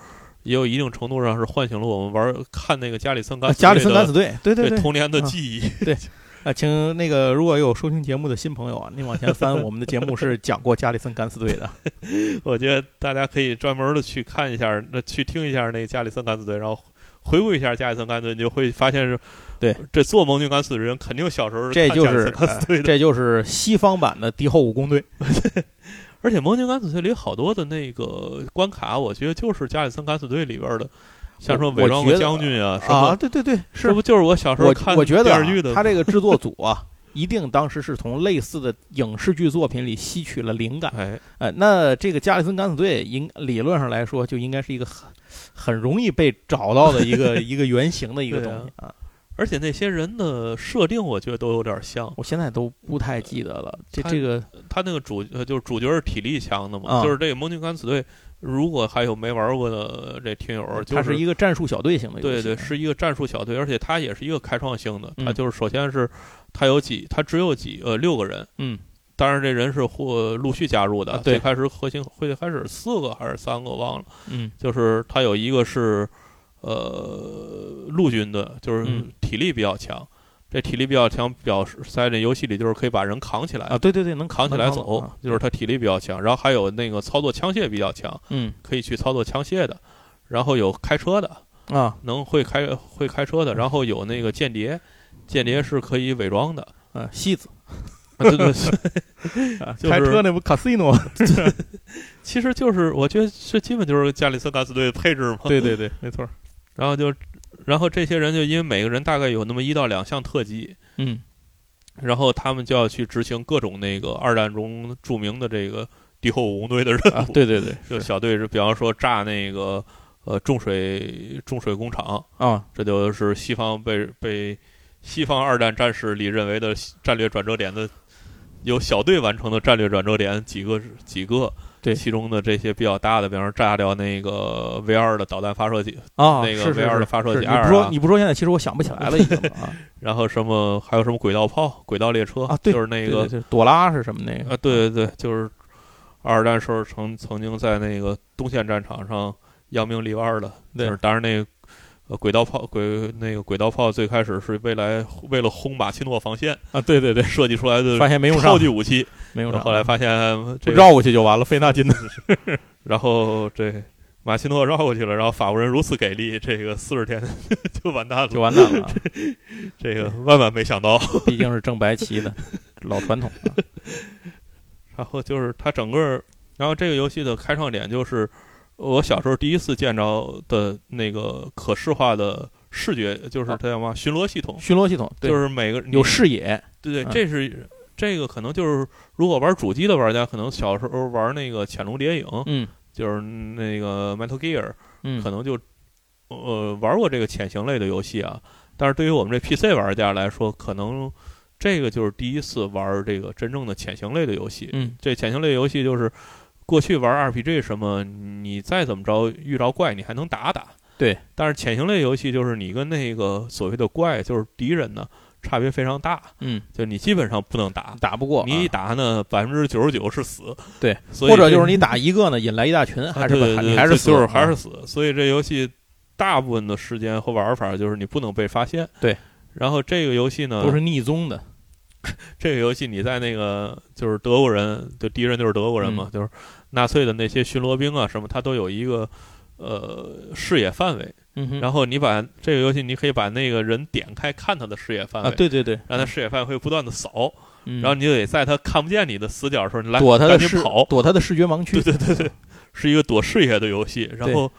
S2: 也有一定程度上是唤醒了我们玩看那个加里森
S1: 啊
S2: 敢死
S1: 加
S2: 队的
S1: 里森敢死队，对对对
S2: 童年的
S1: 啊
S2: 记忆。 *laughs*
S1: 啊！请那个如果有收听节目的新朋友啊，您往前
S2: *laughs*
S1: 翻，我们的节目是讲过加里森敢死队的。
S2: 我觉得大家可以专门的去看一下，那去听一下那个加里森敢死队，然后回顾一下加里森敢死队，你就会发现是，
S1: 对，
S2: 这做盟军敢死队的人肯定小时候
S1: 这
S2: 看
S1: 就
S2: 加里
S1: 是
S2: 森敢死队的，
S1: 这就是西方版的敌后武工队。
S2: 而且盟军敢死队里好多的那个关卡，我觉得就是加里森敢死队里边的，像说伪装
S1: 我觉
S2: 个
S1: 得
S2: 将军啊什
S1: 啊，
S2: 么，
S1: 对对对，是
S2: 这不就是我小时候
S1: 我
S2: 看
S1: 我觉得、
S2: 电
S1: 啊
S2: 视剧的
S1: 他这个制作组啊，一定当时是从类似的影视剧作品里吸取了灵感。
S2: 哎，
S1: 呃，那这个加里森敢死队应理论上来说就应该是一个很很容易被找到的一个
S2: *laughs*
S1: 一个原型的一个
S2: 对
S1: 东
S2: 啊
S1: 西啊。
S2: 而且那些人的设定，我觉得都有点像。
S1: 我现在都不太记得了，这
S2: 他
S1: 这个
S2: 他那个主呃，就是主角是体力强的嘛，
S1: 啊
S2: 就是这个盟军敢死队，如果还有没玩过的这听友，哦就
S1: 它是一个战术小队型的游
S2: 对
S1: 戏。啊
S2: 对，是一个战术小队，而且它也是一个开创性的。
S1: 嗯
S2: 它就是首先是它有几，它只有几呃六个人，
S1: 嗯，
S2: 当然这人是或陆续加入的。
S1: 啊对
S2: 最开始核心会开始四个还是三个我忘了，
S1: 嗯
S2: 就是它有一个是呃陆军的，就是
S1: 嗯
S2: 体力比较强。这体力比较强，表示在这游戏里就是可以把人扛起来
S1: 啊，，对对对，能
S2: 扛起来
S1: 能
S2: 走，
S1: 啊
S2: 就是他体力比较强。然后还有那个操作枪械比较强，
S1: 嗯
S2: 可以去操作枪械的，然后有开车的，
S1: 啊，
S2: 能会开会开车
S1: 嗯
S2: 的，然后有那个间谍，间谍是可以伪装
S1: *laughs*
S2: 的，
S1: 嗯，戏子
S2: 啊对对对，
S1: 啊，
S2: 就是
S1: 开车那不 casino？
S2: 其实就是我觉得这基本就是加里森敢死队的配置嘛。
S1: 对对对，没错儿，
S2: 然后就，然后这些人就因为每个人大概有那么一到两项特技，
S1: 嗯
S2: 然后他们就要去执行各种那个二战中著名的这个敌后武工队的任务。
S1: 啊，对对对，
S2: 就是小队是比方说炸那个呃重水重水工厂，
S1: 啊，
S2: 这就是西方被被西方二战战士里认为的战略转折点的，由小队完成的战略转折点几个几个，
S1: 对
S2: 其中的这些比较大的，比方说炸掉那个 V 二的导弹发射器，
S1: 啊，
S2: 那个
S1: 是是
S2: VR
S1: 是
S2: 的发射
S1: 是
S2: 器
S1: 你
S2: 二
S1: 不
S2: 啊
S1: 说你不说，现在其实我想不起来了，已经了
S2: *laughs*
S1: 啊
S2: 然后什么还有什么轨道炮、轨道列车
S1: 啊对
S2: 就是那
S1: 对
S2: 个
S1: 对对朵拉是什么那个
S2: 啊，对对对，就是二战时候曾曾经在那个东线战场上扬名立万的，
S1: 对
S2: 就是当然那个。呃，轨道炮轨那个轨道炮最开始是未来为了轰马奇诺防线
S1: 啊，对对对，
S2: *laughs* 设计出来的
S1: 发现没用上
S2: 超，级武器，
S1: *laughs* 没用
S2: 然
S1: 上，
S2: 后后来发现
S1: 不
S2: 这 *laughs* 个，
S1: 绕过去就完了，费那劲的
S2: *laughs* 然后这马奇诺绕过去了，然后法国人如此给力，这个四十天 *laughs* 就完蛋
S1: 就
S2: 了，
S1: 完蛋了啊，
S2: *laughs* 这个万万没想到。
S1: 毕竟是正白旗的老传统啊，
S2: 然后就是它整个，然后这个游戏的开创点就是我小时候第一次见着的那个可视化的视觉，就是它叫嘛 *laughs* 巡逻系统，
S1: 巡逻系统，啊对
S2: 就是每个
S1: 有视野，
S2: 对对，
S1: 嗯
S2: 这是这个可能就是如果玩主机的玩家，可能小时候玩那个《潜龙谍影》，
S1: 嗯
S2: 就是那个 Metal Gear，
S1: 嗯
S2: 可能就呃玩过这个潜行类的游戏啊，但是对于我们这 PC 玩家来说，可能这个就是第一次玩这个真正的潜行类的游戏。
S1: 嗯
S2: 这潜行类游戏就是过去玩 RPG 什么，你再怎么着遇着怪，你还能打打。
S1: 对，
S2: 但是潜行类游戏就是你跟那个所谓的怪，就是敌人呢，差别非常大，
S1: 嗯，
S2: 就你基本上不能打。
S1: 打不过啊
S2: 你一打呢，百分之九十九是死。
S1: 对，
S2: 所以
S1: 或者
S2: 这
S1: 就是你打一个呢，引来一大群，还是
S2: 啊对
S1: 把
S2: 对
S1: 你
S2: 对
S1: 还
S2: 就是
S1: 死
S2: 就是
S1: 了嗯
S2: 还是死。所以这游戏大部分的时间和玩法就是你不能被发现。
S1: 对。
S2: 然后这个游戏呢，
S1: 都是逆宗的，
S2: 这个游戏你在那个就是德国人，就敌人就是德国人
S1: 嗯
S2: 嘛，就是纳粹的那些巡逻兵啊什么，他都有一个呃视野范围。
S1: 嗯哼，
S2: 然后你把这个游戏，你可以把那个人点开看他的视野范围，
S1: 啊，对对对，
S2: 让他视野范围不断的扫，
S1: 嗯
S2: 然后你就得在他看不见你的死角的时候，你来
S1: 躲他的
S2: 赶紧
S1: 视
S2: 跑，
S1: 躲他的视觉盲
S2: *laughs*
S1: 区，对对对对，
S2: 是一个躲视野的游戏。然后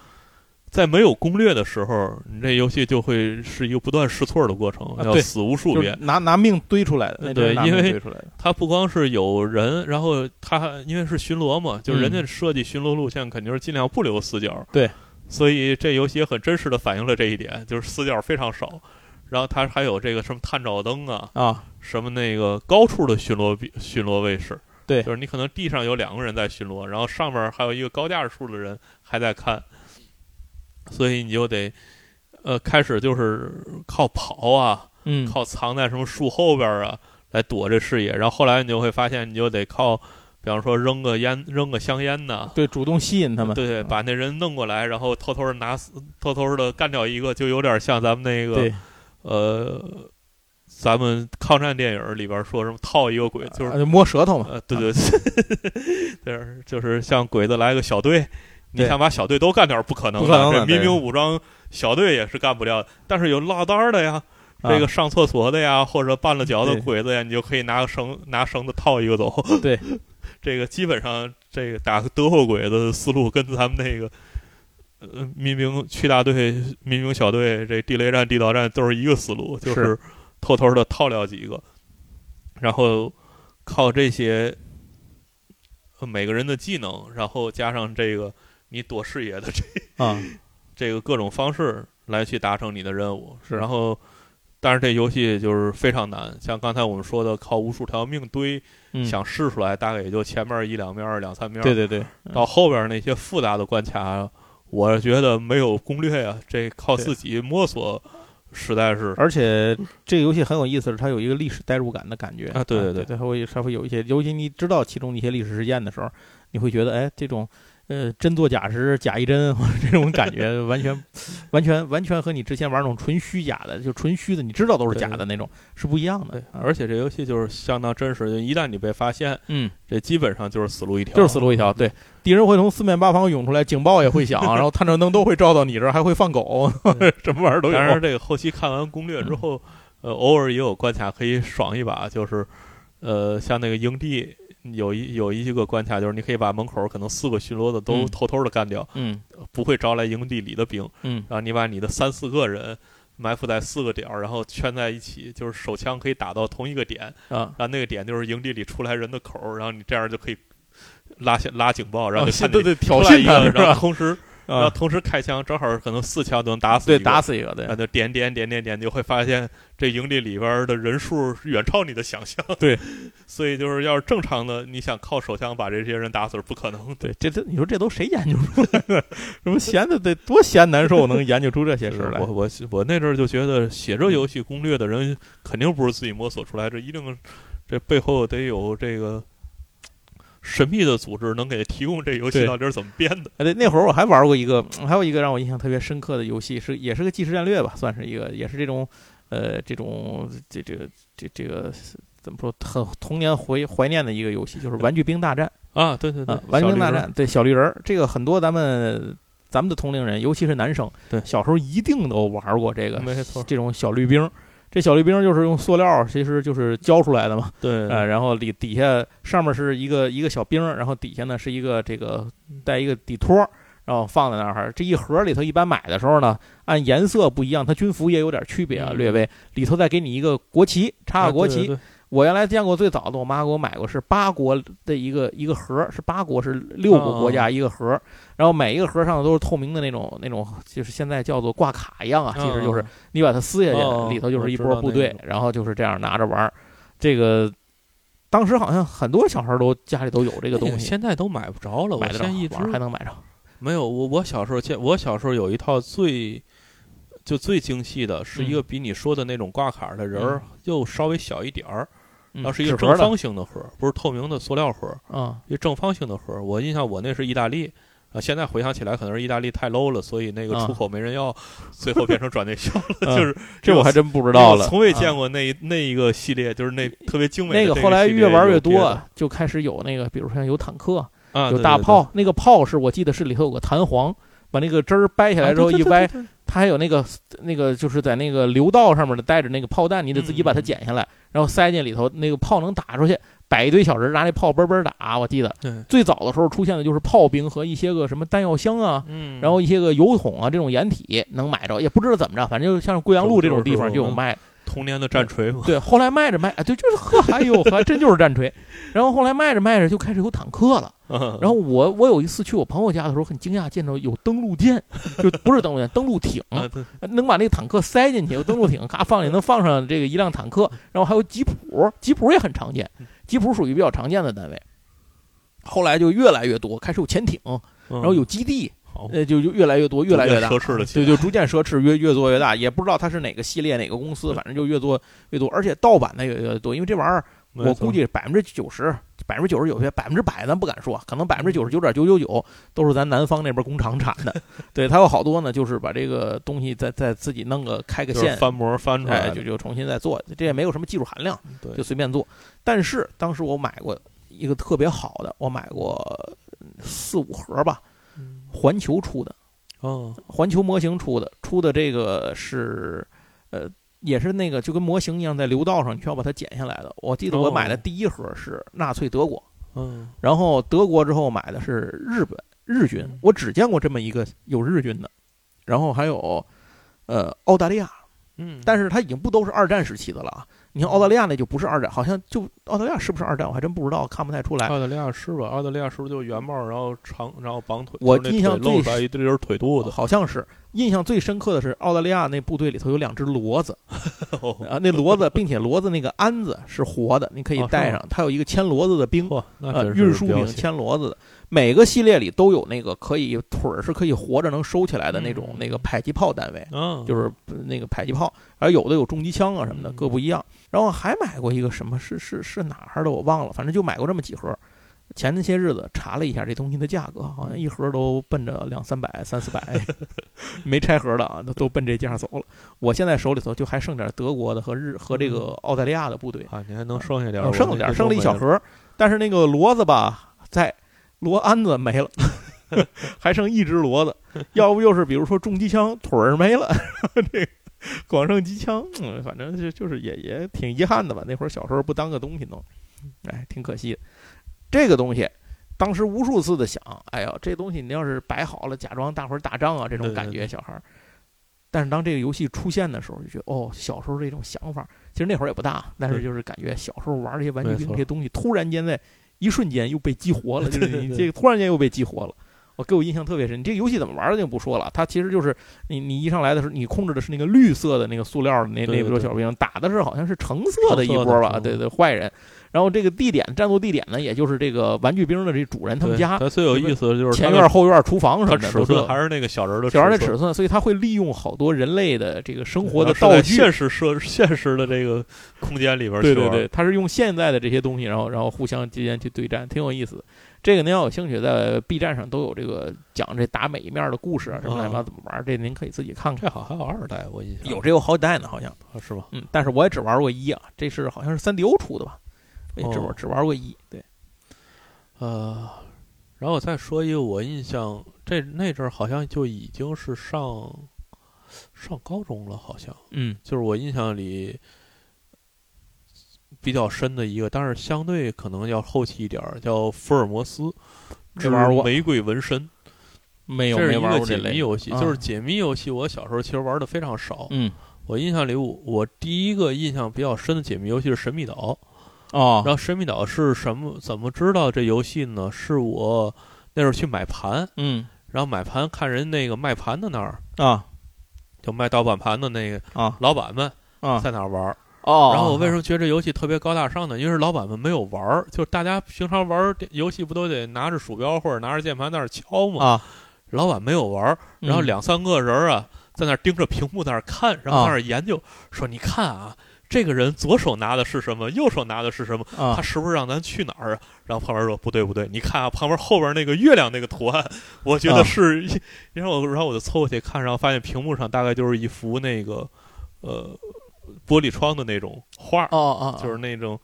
S2: 在没有攻略的时候，你这游戏就会是一个不断试错的过程，
S1: 啊
S2: 要
S1: 对
S2: 死无数
S1: 就
S2: 遍
S1: 是。拿拿命堆出来的，那真是
S2: 对
S1: 拿命
S2: 因为
S1: 堆出来的，
S2: 它不光是有人，然后它还因为是巡逻
S1: 嗯
S2: 嘛，就是人家设计巡逻路线肯定是尽量不留死角。
S1: 对，
S2: 所以这游戏也很真实的反映了这一点，就是死角非常少。然后它还有这个什么探照灯啊，
S1: 啊，
S2: 什么那个高处的巡逻比巡逻卫士，
S1: 对
S2: 就是你可能地上有两个人在巡逻，然后上面还有一个高架处的人还在看，所以你就得，呃，开始就是靠跑啊，
S1: 嗯，
S2: 靠藏在什么树后边儿啊来躲这视野，然后后来你就会发现，你就得靠，比方说扔个烟、扔个香烟呐、
S1: 对，主动吸引他们，
S2: 对对，把那人弄过来，然后偷偷的拿死，偷偷的干掉一个，就有点像咱们那个
S1: 对，
S2: 呃，咱们抗战电影里边说什么套一个鬼，就是、
S1: 啊摸舌头嘛，
S2: 呃，对 *laughs* 对，对，就是像鬼子来个小队。你
S1: 对
S2: 想把小队都干掉，不可能
S1: 不可能的
S2: 这民
S1: 对
S2: 兵武装小队也是干不掉的。但是有落单儿的呀，
S1: 啊
S2: 这个上厕所的呀，或者绊了脚的
S1: 对
S2: 鬼子呀，你就可以拿个绳拿绳子套一个走。
S1: 对，
S2: *laughs* 这个基本上这个打德国鬼的思路跟咱们那个呃民兵区大队、民兵小队这地雷战、地道战都是一个思路，就是是偷偷的套了几个，然后靠这些呃每个人的技能，然后加上这个你躲视野的这
S1: 啊，
S2: 这个各种方式来去达成你的任务。
S1: 是
S2: 然后，但是这游戏就是非常难，像刚才我们说的，靠无数条命堆、
S1: 嗯，
S2: 想试出来，大概也就前面一两面儿、两三面儿。
S1: 对对对，
S2: 到后边那些复杂的关卡，我觉得没有攻略啊，这靠
S1: 对
S2: 自己摸索，实在是
S1: 而且这个游戏很有意思，是它有一个历史代入感的感觉
S2: 啊对对对
S1: 对，它会它会有一些，尤其你知道其中的一些历史事件的时候，你会觉得，哎，这种呃，真做假时假一真， *laughs* 或者这种感觉，完全、完全、完全和你之前玩那种纯虚假的，就纯虚的，你知道都是假的那种，是不一样的
S2: 对。，哎而且这游戏就是相当真实，就一旦你被发现，
S1: 嗯，
S2: 这基本上就是死路一条，
S1: 就是死
S2: *laughs*
S1: 路一
S2: 哦
S1: 条。对，敌人会从四面八方涌出来，警报也会响，然后探照灯都会照到你这儿，还会放狗，什么玩意儿都有。
S2: 当然，这个后期看完攻略之后，呃，偶尔也有关卡可以爽一把，就是，呃，像那个营地有一有一个关卡，就是你可以把门口可能四个巡逻的都
S1: 嗯
S2: 偷偷的干掉，
S1: 嗯
S2: 不会招来营地里的兵，
S1: *laughs* 嗯，
S2: 然后你把你的三四个人。埋伏在四个点儿，然后圈在一起，就是手枪可以打到同一个点，
S1: 啊，
S2: 然后那个点就是营地里出来人的口儿，然后你这样就可以拉下拉警报，然后就看
S1: 哦对
S2: 你
S1: 对挑
S2: 出来
S1: 衅
S2: 一
S1: 他是
S2: 个，然后
S1: 吧？*laughs*
S2: 同时然后
S1: 啊，
S2: 同时开枪，正好可能四枪都能打死
S1: 对，
S2: 一个
S1: 打死一个，对
S2: 啊，就点点点点点，你就会发现这营地里边儿的人数远超你的想象。
S1: 对，
S2: *laughs* 所以就是要是正常的，你想靠手枪把这些人打死是不可能的。
S1: 对，这这你说这都谁研究出来的？ *laughs* 什么闲的得多闲难受，能研究出这些事儿来
S2: 我？我我那阵儿就觉得写这游戏攻略的人肯定不是自己摸索出来，这一定这背后得有这个神秘的组织能给提供这游戏
S1: 对
S2: 到底是怎么编的。
S1: 哎，对，那会儿我还玩过一个，还有一个让我印象特别深刻的游戏，是也是个即时战略吧，算是一个，也是这种，呃，这种这这个这这个怎么说，很童年回怀念的一个游戏，就是《玩具兵大战》。
S2: 啊，对对对，
S1: 啊，玩
S2: 小
S1: 命
S2: 绿
S1: 大
S2: 人
S1: 战，对小绿人儿，这个很多咱们咱们的同龄人，尤其是男生，
S2: 对
S1: 小时候一定都玩过这个
S2: 没错，
S1: 这种小绿兵儿。这小绿兵儿就是用塑料儿，其实就是浇出来的嘛，
S2: 对
S1: 呃，然后里底下上面是一个一个小兵儿，然后底下呢是一个这个带一个底托儿，然后放在那儿。这一盒儿里头一般买的时候呢，按颜色不一样，它军服也有点区别啊，
S2: 嗯
S1: 略微里头再给你一个国旗，插个国旗，
S2: 啊对对对
S1: 我原来见过最早的，我妈给我买过是八国的一个一个盒儿，是八国是六个国
S2: 哦
S1: 家一个盒儿，然后每一个盒儿上的都是透明的那种那种，就是现在叫做挂卡一样啊，其实就是
S2: 啊
S1: 你把它撕下去，
S2: 哦
S1: 里头就是一
S2: 我知
S1: 波
S2: 道
S1: 部队
S2: 那，
S1: 然后就是这样拿着玩儿。这个当时好像很多小孩儿都家里都有这个
S2: 那
S1: 东西，
S2: 现在都买不着了，我
S1: 买得着
S2: 现在一直
S1: 玩儿还能买着。
S2: 没有，我我小时候见，我小时候有一套最就最精细的，是
S1: 嗯
S2: 一个比你说的那种挂卡的人儿、又稍微小一点儿，
S1: 嗯
S2: 然后是一
S1: 纸盒
S2: 个正
S1: 的
S2: 方形的盒，不是透明的塑料盒，
S1: 啊，
S2: 一个正方形的盒。我印象我那是意大利。啊，现在回想起来，可能是意大利太 low 了，所以那个
S1: 啊
S2: 出口没人要，最后变成转内销了。
S1: 嗯
S2: 就是
S1: 这我还真不知道了，
S2: 从未
S1: 啊
S2: 见过那一那一个系列，就是那特别精美的
S1: 那
S2: 这
S1: 个
S2: 个。
S1: 后来越玩越多
S2: 啊，，
S1: 就开始有那个，比如说有坦克，
S2: 啊
S1: 有大炮，，那个炮是我记得是里头有个弹簧，把那个汁儿掰下来
S2: 对对对
S1: 之后
S2: 啊对
S1: 一
S2: 对对
S1: 掰，
S2: 对对
S1: 它还有那个那个就是在那个流道上面的带着那个炮弹，你得自己把它
S2: 嗯
S1: 剪下来，然后塞进里头，那个炮能打出去，摆一堆小人拿那炮嘣嘣打。我记得
S2: 对
S1: 最早的时候出现的就是炮兵和一些个什么弹药箱啊。
S2: 嗯，
S1: 然后一些个油桶啊，这种掩体能买着，也不知道怎么着，反正就像贵阳路这种地方就有卖。
S2: 童年的战锤嘛，
S1: 对，后来卖着卖，哎对，就是 *laughs* 呵，哎呦，还真就是战锤。然后后来卖着卖着就开始有坦克了。
S2: 然
S1: 然后我我有一次去我朋友家的时候，很惊讶见到有登陆舰， *laughs* 就不是登陆舰，登陆艇，
S2: 啊，对
S1: 能把那个坦克塞进去，有登陆艇，咔放进去，能放上这个一辆坦克，然后还有吉普，吉普也很常见，吉普属于比较常见的单位。嗯嗯后来就越来越多，开始有潜艇，
S2: 然
S1: 然后有基地，
S2: 好
S1: 呃，就就越来越多，越来越大，
S2: 奢侈了起
S1: 就
S2: 来，
S1: 就逐渐奢侈，越越做越大，也不知道它是哪个系列、哪个公司，反正就越做越多，而且盗版的也越来越多，因为这玩意儿
S2: 没
S1: 我
S2: 错
S1: 估计百分之九十、百分之九十九些、百分之百咱不敢说，可能百分之九十九点九九九都是咱南方那边工厂产
S2: *laughs*
S1: 的。对，它有好多呢，就是把这个东西再再自己弄个开个
S2: 就是
S1: 线，
S2: 翻模翻出来
S1: 哎，
S2: 的，
S1: 就就重新再做，这也没有什么技术含量，
S2: 对
S1: 就随便做。但是当时我买过一个特别好的，我买过嗯四五盒吧，
S2: 嗯
S1: 环球出的，
S2: 哦，
S1: 环球模型出的，出的这个是，呃，也是那个就跟模型一样，在流道上你需要把它剪下来的。我记得我买的
S2: 哦
S1: 第一盒是纳粹德国，
S2: 嗯，
S1: 然后德国之后买的是日本日军
S2: 嗯，
S1: 我只见过这么一个有日军的，然后还有，呃，澳大利亚，
S2: 嗯，
S1: 但是它已经不都是二战时期的了啊。你看澳大利亚那就不是二战，好像就澳大利亚是不是二战，我还真不知道，看不太出来。
S2: 澳大利亚是吧？澳大利亚是不是就圆帽，然后长，然后绑腿？
S1: 我
S2: 就是那
S1: 印象
S2: 腿
S1: 最
S2: 露出来一堆就是腿
S1: *laughs*
S2: 肚子，
S1: 好像是印象最深刻的是澳大利亚那部队里头有两只骡子，
S2: 哦
S1: 啊，那骡子，并且骡子那个鞍子是活的，你可以
S2: 哦是
S1: 带
S2: 吗
S1: 上。它有一个牵骡子的兵，
S2: 嚯，那
S1: 呃，
S2: 真是
S1: 运输
S2: 彪
S1: 兵
S2: 形
S1: 牵骡子的。每个系列里都有那个可以腿儿是可以活着能收起来的那种、
S2: 嗯
S1: 那个迫击炮单位，
S2: 啊，
S1: 就是呃那个迫击炮，而有的有重机枪啊什么的，
S2: 嗯
S1: 各不一样。然后还买过一个什么是是是哪儿的我忘了，反正就买过这么几盒。前些日子查了一下这东西的价格，好像一盒都奔着两三百、三四百，没拆盒的啊，都都奔这价走了。我现在手里头就还剩点德国的和日和这个澳大利亚的部队，
S2: 啊，你还能剩下点儿，
S1: 哦剩了
S2: 我那
S1: 点儿，
S2: 天
S1: 剩了一
S2: 都
S1: 小
S2: 没
S1: 盒儿。但是那个骡子吧，在骡鞍子没了， *laughs* 还剩一只骡子。要不就是比如说重机枪腿儿没了，这个广盛机枪，嗯，反正就就是也也挺遗憾的吧。那会儿小时候不当个东西弄，哎，挺可惜的。这个东西。当时无数次的想，哎呀，这东西你要是摆好了，假装大伙儿打仗啊，这种
S2: 对
S1: 感
S2: 对
S1: 觉，小孩儿。但是当这个游戏出现的时候，就觉得哦，小时候这种想法，其实那会儿也不大，啊但是
S2: 对
S1: 就是感觉小时候玩这些玩具
S2: 没
S1: 兵
S2: 错
S1: 这些东西，突然间在一瞬间又被激
S2: *laughs*
S1: 活了，就
S2: 对
S1: 是
S2: 对
S1: 你
S2: 对
S1: 这个突然间又被激活了。我给我印象特别深，你这个游戏怎么玩的就不说了，它其实就是你你一上来的时候，你控制的是那个绿色的那个塑料的那
S2: 对对
S1: 那波小兵，打的是好像是橙色的一波
S2: 橙色
S1: 吧，
S2: 的
S1: 对对，坏人。然后这个地点战斗地点呢，也就是这个玩具兵的这主人他们
S2: 对
S1: 家
S2: 它最有意思的就是
S1: 前
S2: 它
S1: 院、后院、厨房什
S2: 它
S1: 么的，
S2: 尺
S1: 都
S2: 寸
S1: 是
S2: 还是那个小人儿的
S1: 小孩的
S2: 尺
S1: 尺
S2: 寸，
S1: 寸，所以他会利用好多人类的这个生活的
S2: 然后是
S1: 道
S2: 在
S1: 具，
S2: 现实设现实的这个空间里边儿
S1: 对
S2: 去
S1: 对
S2: 玩儿，
S1: 对，它是用现在的这些东西，然后然后互相之间去对战，挺有意思的。这个您要有兴趣，在 B 站上都有这个讲这打每一面的故事啊，什么乱七八糟怎么玩，这您可以自己看看。
S2: 这好像还有二代，我印象
S1: 有这有好几代呢，好像，
S2: 啊是吧？
S1: 嗯，但是我也只玩过一啊，这是好像是三 DO 出的吧，哎我也只
S2: 哦
S1: 只玩过一，对，
S2: 呃，然后我再说一个，我印象这那阵儿好像就已经是上上高中了，好像
S1: 嗯
S2: 就是我印象里比较深的一个，但是相对可能要后期一点儿，叫福尔摩斯
S1: 没
S2: 之
S1: 玩过
S2: 玫瑰纹身，
S1: 没有
S2: 这是
S1: 没
S2: 一
S1: 玩
S2: 个
S1: 过这
S2: 解谜
S1: 类，
S2: 游戏，
S1: 啊
S2: 就是解谜游戏。我小时候其实玩的非常少，
S1: 嗯
S2: 我印象里我我第一个印象比较深的解谜游戏是《神秘岛》。
S1: 哦
S2: 然后神秘岛是什么？怎么知道这游戏呢？是我那时候去买盘，
S1: 嗯
S2: 然后买盘看人那个卖盘的那儿，
S1: 啊
S2: 就卖盗版盘的那个
S1: 啊
S2: 老板们
S1: 啊
S2: 在哪儿玩儿。
S1: 哦，
S2: 然后我为什么觉得这游戏特别高大上呢？因为是老板们没有玩儿，就是大家平常玩儿游戏不都得拿着鼠标或者拿着键盘在那儿敲吗？
S1: 啊？
S2: 老板没有玩儿，
S1: 嗯
S2: 然后两三个人啊，在那儿盯着屏幕在那儿看，然后在那儿研究，说你看啊，这个人左手拿的是什么，右手拿的是什么，
S1: 啊
S2: 他是不是让咱去哪儿啊？然后旁边说不对不对，你看啊，旁边后边那个月亮那个图案，我觉
S1: 啊
S2: 得是一， *laughs* 然后我然后我就凑过去看，然后发现屏幕上大概就是一幅那个呃玻璃窗的那种画儿，
S1: 哦哦，
S2: 就是是那种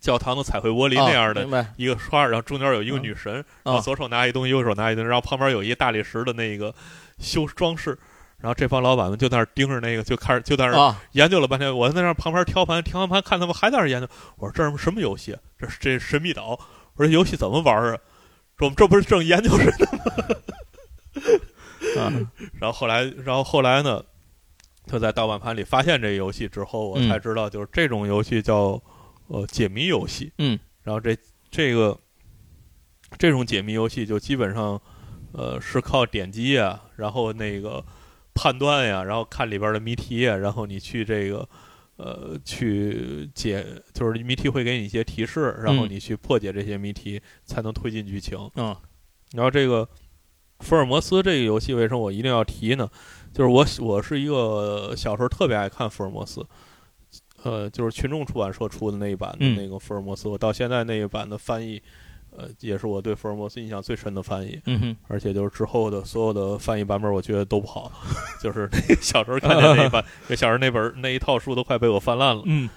S2: 教堂的彩绘玻璃
S1: 啊
S2: 那样的
S1: 明白
S2: 一个画儿，然后中间有一个
S1: 嗯
S2: 女神，然后
S1: 啊
S2: 左手拿一东西，右手拿一东西，然后旁边有一大理石的那个修装饰。然后这帮老板们就在那儿盯着那个，就开始就在那儿
S1: 啊
S2: 研究了半天，我在那儿旁边挑盘，挑完盘看他们还在那儿研究。我说这是什么游戏啊？这是这是神秘岛。我说游戏怎么玩儿啊？说我们这不是正研究着呢。嗯
S1: 啊
S2: 然后后来，然后后来呢，就在盗版盘里发现这个游戏之后，我
S1: 嗯
S2: 才知道就是这种游戏叫呃解谜游戏。
S1: 嗯，
S2: 然后这这个这种解谜游戏就基本上呃是靠点击呀、然后那个判断呀、然后看里边的谜题呀、然后你去这个。呃，去解就是谜题会给你一些提示，然后
S1: 嗯
S2: 你去破解这些谜题，才能推进剧情。
S1: 嗯
S2: 然后这个福尔摩斯这个游戏为什么我一定要提呢？就是我喜我是一个小时候特别爱看福尔摩斯，呃，就是群众出版社出的那一版的
S1: 嗯
S2: 那个福尔摩斯，我到现在那一版的翻译，呃，也是我对福尔摩斯印象最深的翻译，
S1: 嗯哼
S2: 而且就是之后的所有的翻译版本，我觉得都不好， *laughs* 就是那个小时候看见那一版，那小时候那本那一套书都快被我翻烂了。
S1: 嗯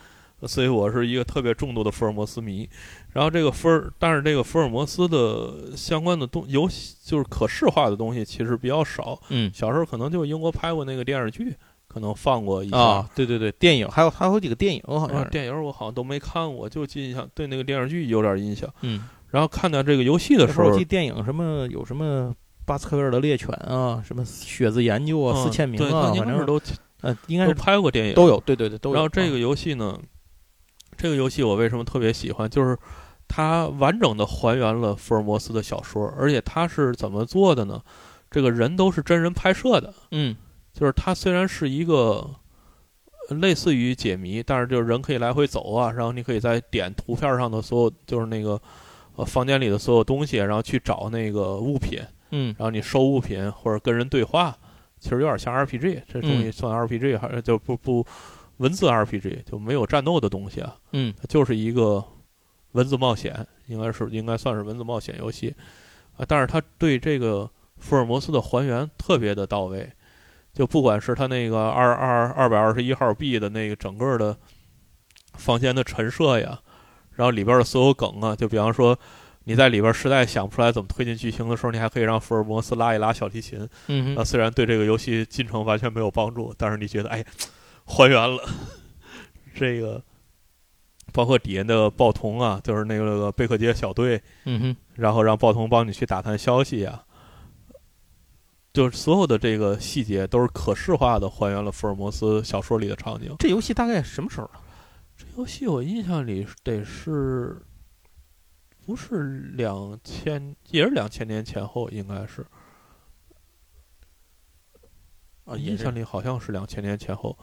S2: 所以我是一个特别重度的福尔摩斯迷。然后这个福尔，但是这个福尔摩斯的相关的东游戏，就是可视化的东西其实比较少。
S1: 嗯。
S2: 小时候可能就英国拍过那个电视剧，可能放过一下。
S1: 啊，对对对，电影还有还有几个电影好像
S2: 啊
S1: 是，
S2: 嗯电影我好像都没看过，就印象对那个电视剧有点印象。
S1: 嗯，
S2: 然后看到这个游戏的
S1: 那
S2: 时
S1: 时候
S2: 候
S1: 我，记电影什么有什么巴斯克维尔的猎犬啊，什么血字研究啊，
S2: 嗯
S1: 四千名
S2: 对
S1: 啊，
S2: 他应
S1: 反
S2: 该是
S1: 正
S2: 都
S1: 呃应该
S2: 都
S1: 是
S2: 拍过电影，
S1: 都有，对对对都有。
S2: 然后这
S1: 啊
S2: 个游戏呢，这个游戏我为什么特别喜欢，就是它完整的还原了福尔摩斯的小说，而且它是怎么做的呢？这个人都是真人拍摄的，
S1: 嗯
S2: 就是它虽然是一个呃类似于解谜，但是就是人可以来回走啊，然后你可以在点图片上的所有，就是那个呃房间里的所有东西，然后去找那个物品，
S1: 嗯
S2: 然后你收物品或者跟人对话，其实有点像 RPG，这东西算 RPG 还是就不不文字 RPG，就没有战斗的东西啊，
S1: 嗯
S2: 就是一个文字冒险，应该是应该算是文字冒险游戏啊，但是它对这个福尔摩斯的还原特别的到位，就不管是它那个二二二百二十一号 B 的那个整个的房间的陈设呀，然后里边的所有梗啊，就比方说。你在里边实在想不出来怎么推进剧情的时候，你还可以让福尔摩斯拉一拉小提琴。
S1: 嗯
S2: 啊，虽然对这个游戏进程完全没有帮助，但是你觉得哎，还原了这个，包括底下的报童啊，就是那个那个贝克街小队，
S1: 嗯哼，
S2: 然后让报童帮你去打探消息啊，就是所有的这个细节都是可视化的还原了福尔摩斯小说里的场景。
S1: 这游戏大概什么时候啊？
S2: 这游戏我印象里得是。不是两千，也是两千年前后，应该是。
S1: 啊
S2: 印象里好像是两千年前后，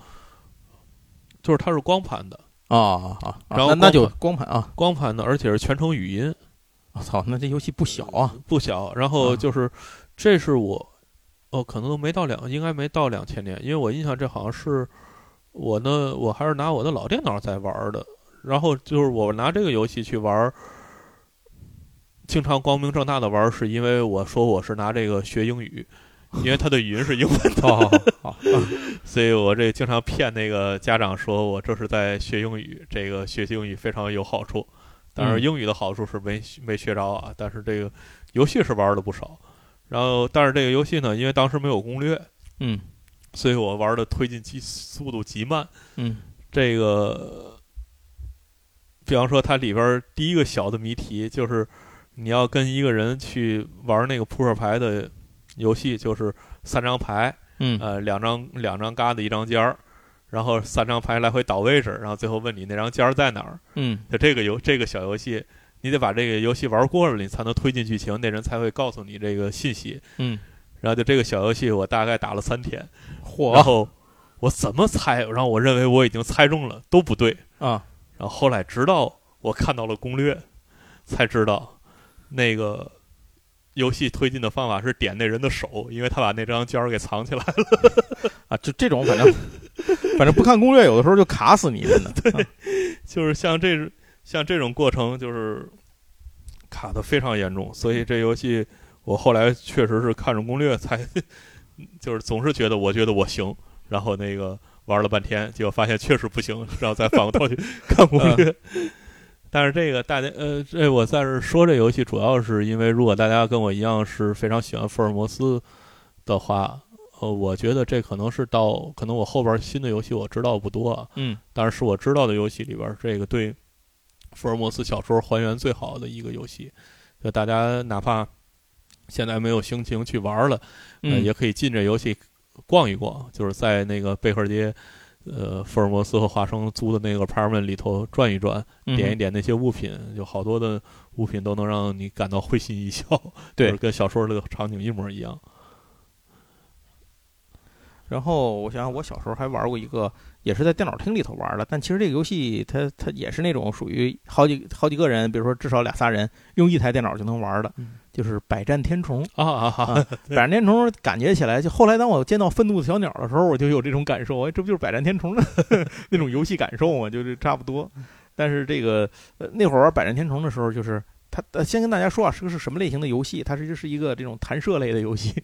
S2: 就是它是光盘的，
S1: 啊啊啊！
S2: 哦然后
S1: 那那
S2: 光
S1: 就
S2: 盘
S1: 光盘啊！
S2: 光盘的，而且是全程语音，
S1: 我操，那这游戏不小啊！
S2: 不小。然后就是，这是我，哦，可能都没到两，应该没到两千年，因为我印象这好像是我呢，我还是拿我的老电脑在玩儿的。然后就是我拿这个游戏去玩儿，经常光明正大的玩儿，是因为我说我是拿这个学英语，因为它的语音是英文的。
S1: 哦，好，
S2: 所以我这经常骗那个家长说我这是在学英语，这个学习英语非常有好处。当然，
S1: 嗯
S2: 英语的好处是没没学着啊，但是这个游戏是玩了不少。然后，但是这个游戏呢，因为当时没有攻略，
S1: 嗯
S2: 所以我玩的推进极速度极慢。
S1: *laughs* 嗯
S2: 这个，比方说它里边儿第一个小的谜题就是你要跟一个人去玩那个扑克牌的游戏，就是三张牌，
S1: 嗯
S2: 呃，两张两张嘎的一张尖儿，然后三张牌来回倒位置，然后最后问你那张尖儿在哪儿。
S1: 嗯
S2: 就这个游这个小游戏，你得把这个游戏玩过了，你才能推进剧情，那人才会告诉你这个信息。
S1: 嗯，
S2: 然后就这个小游戏，我大概打了三天，然
S1: 嚯
S2: 后我怎么猜，然后我认为我已经猜中了，都不对。
S1: 啊！
S2: 然后后来直到我看到了攻略，才知道那个游戏推进的方法是点那人的手，因为他把那张尖儿给藏起来。
S1: 啊，就这种反正反正不看攻略，有的时候就卡死你，真的。啊
S2: 就是像这种像这种过程，就是卡的非常严重，所以这游戏我后来确实是看着攻略才，就是总是觉得我觉得我行，然后那个玩了半天，结果发现确实不行，然后再反过头去看攻略。 *laughs* 但是这个大家呃，这我在这儿说这游戏，主要是因为如果大家跟我一样是非常喜欢福尔摩斯的话，呃，我觉得这可能是到可能我后边儿新的游戏我知道不多啊，
S1: 嗯
S2: 但是我知道的游戏里边儿，这个对福尔摩斯小说还原最好的一个游戏。就大家哪怕现在没有心情去玩儿了，呃，
S1: 嗯，
S2: 也可以进这游戏逛一逛，就是在那个贝克街，呃，福尔摩斯和华生租的那个 apartment 里头转一转，
S1: 嗯
S2: 点一点那些物品，有好多的物品都能让你感到会心一笑，
S1: *laughs* 对
S2: 就是跟小说的场景一模一样。
S1: 然后我想想，我小时候还玩过一个，也是在电脑厅里头玩的，但其实这个游戏它它也是那种属于好几好几个人，比如说至少俩仨人用一台电脑就能玩的
S2: 嗯，
S1: 就是《百战天虫》。
S2: 啊啊啊！
S1: 《百战天虫》感觉起来，就后来当我见到愤怒的小鸟的时候，我就有这种感受，哎，这不就是《百战天
S2: *laughs*
S1: 虫》的那种游戏感受嘛，就是差不多。
S2: 嗯
S1: 但是这个呃那会儿玩《百战天虫》的时候，就是它呃先跟大家说啊，是个是什么类型的游戏？它其实是一个这种弹射类的游
S2: *laughs*
S1: 戏，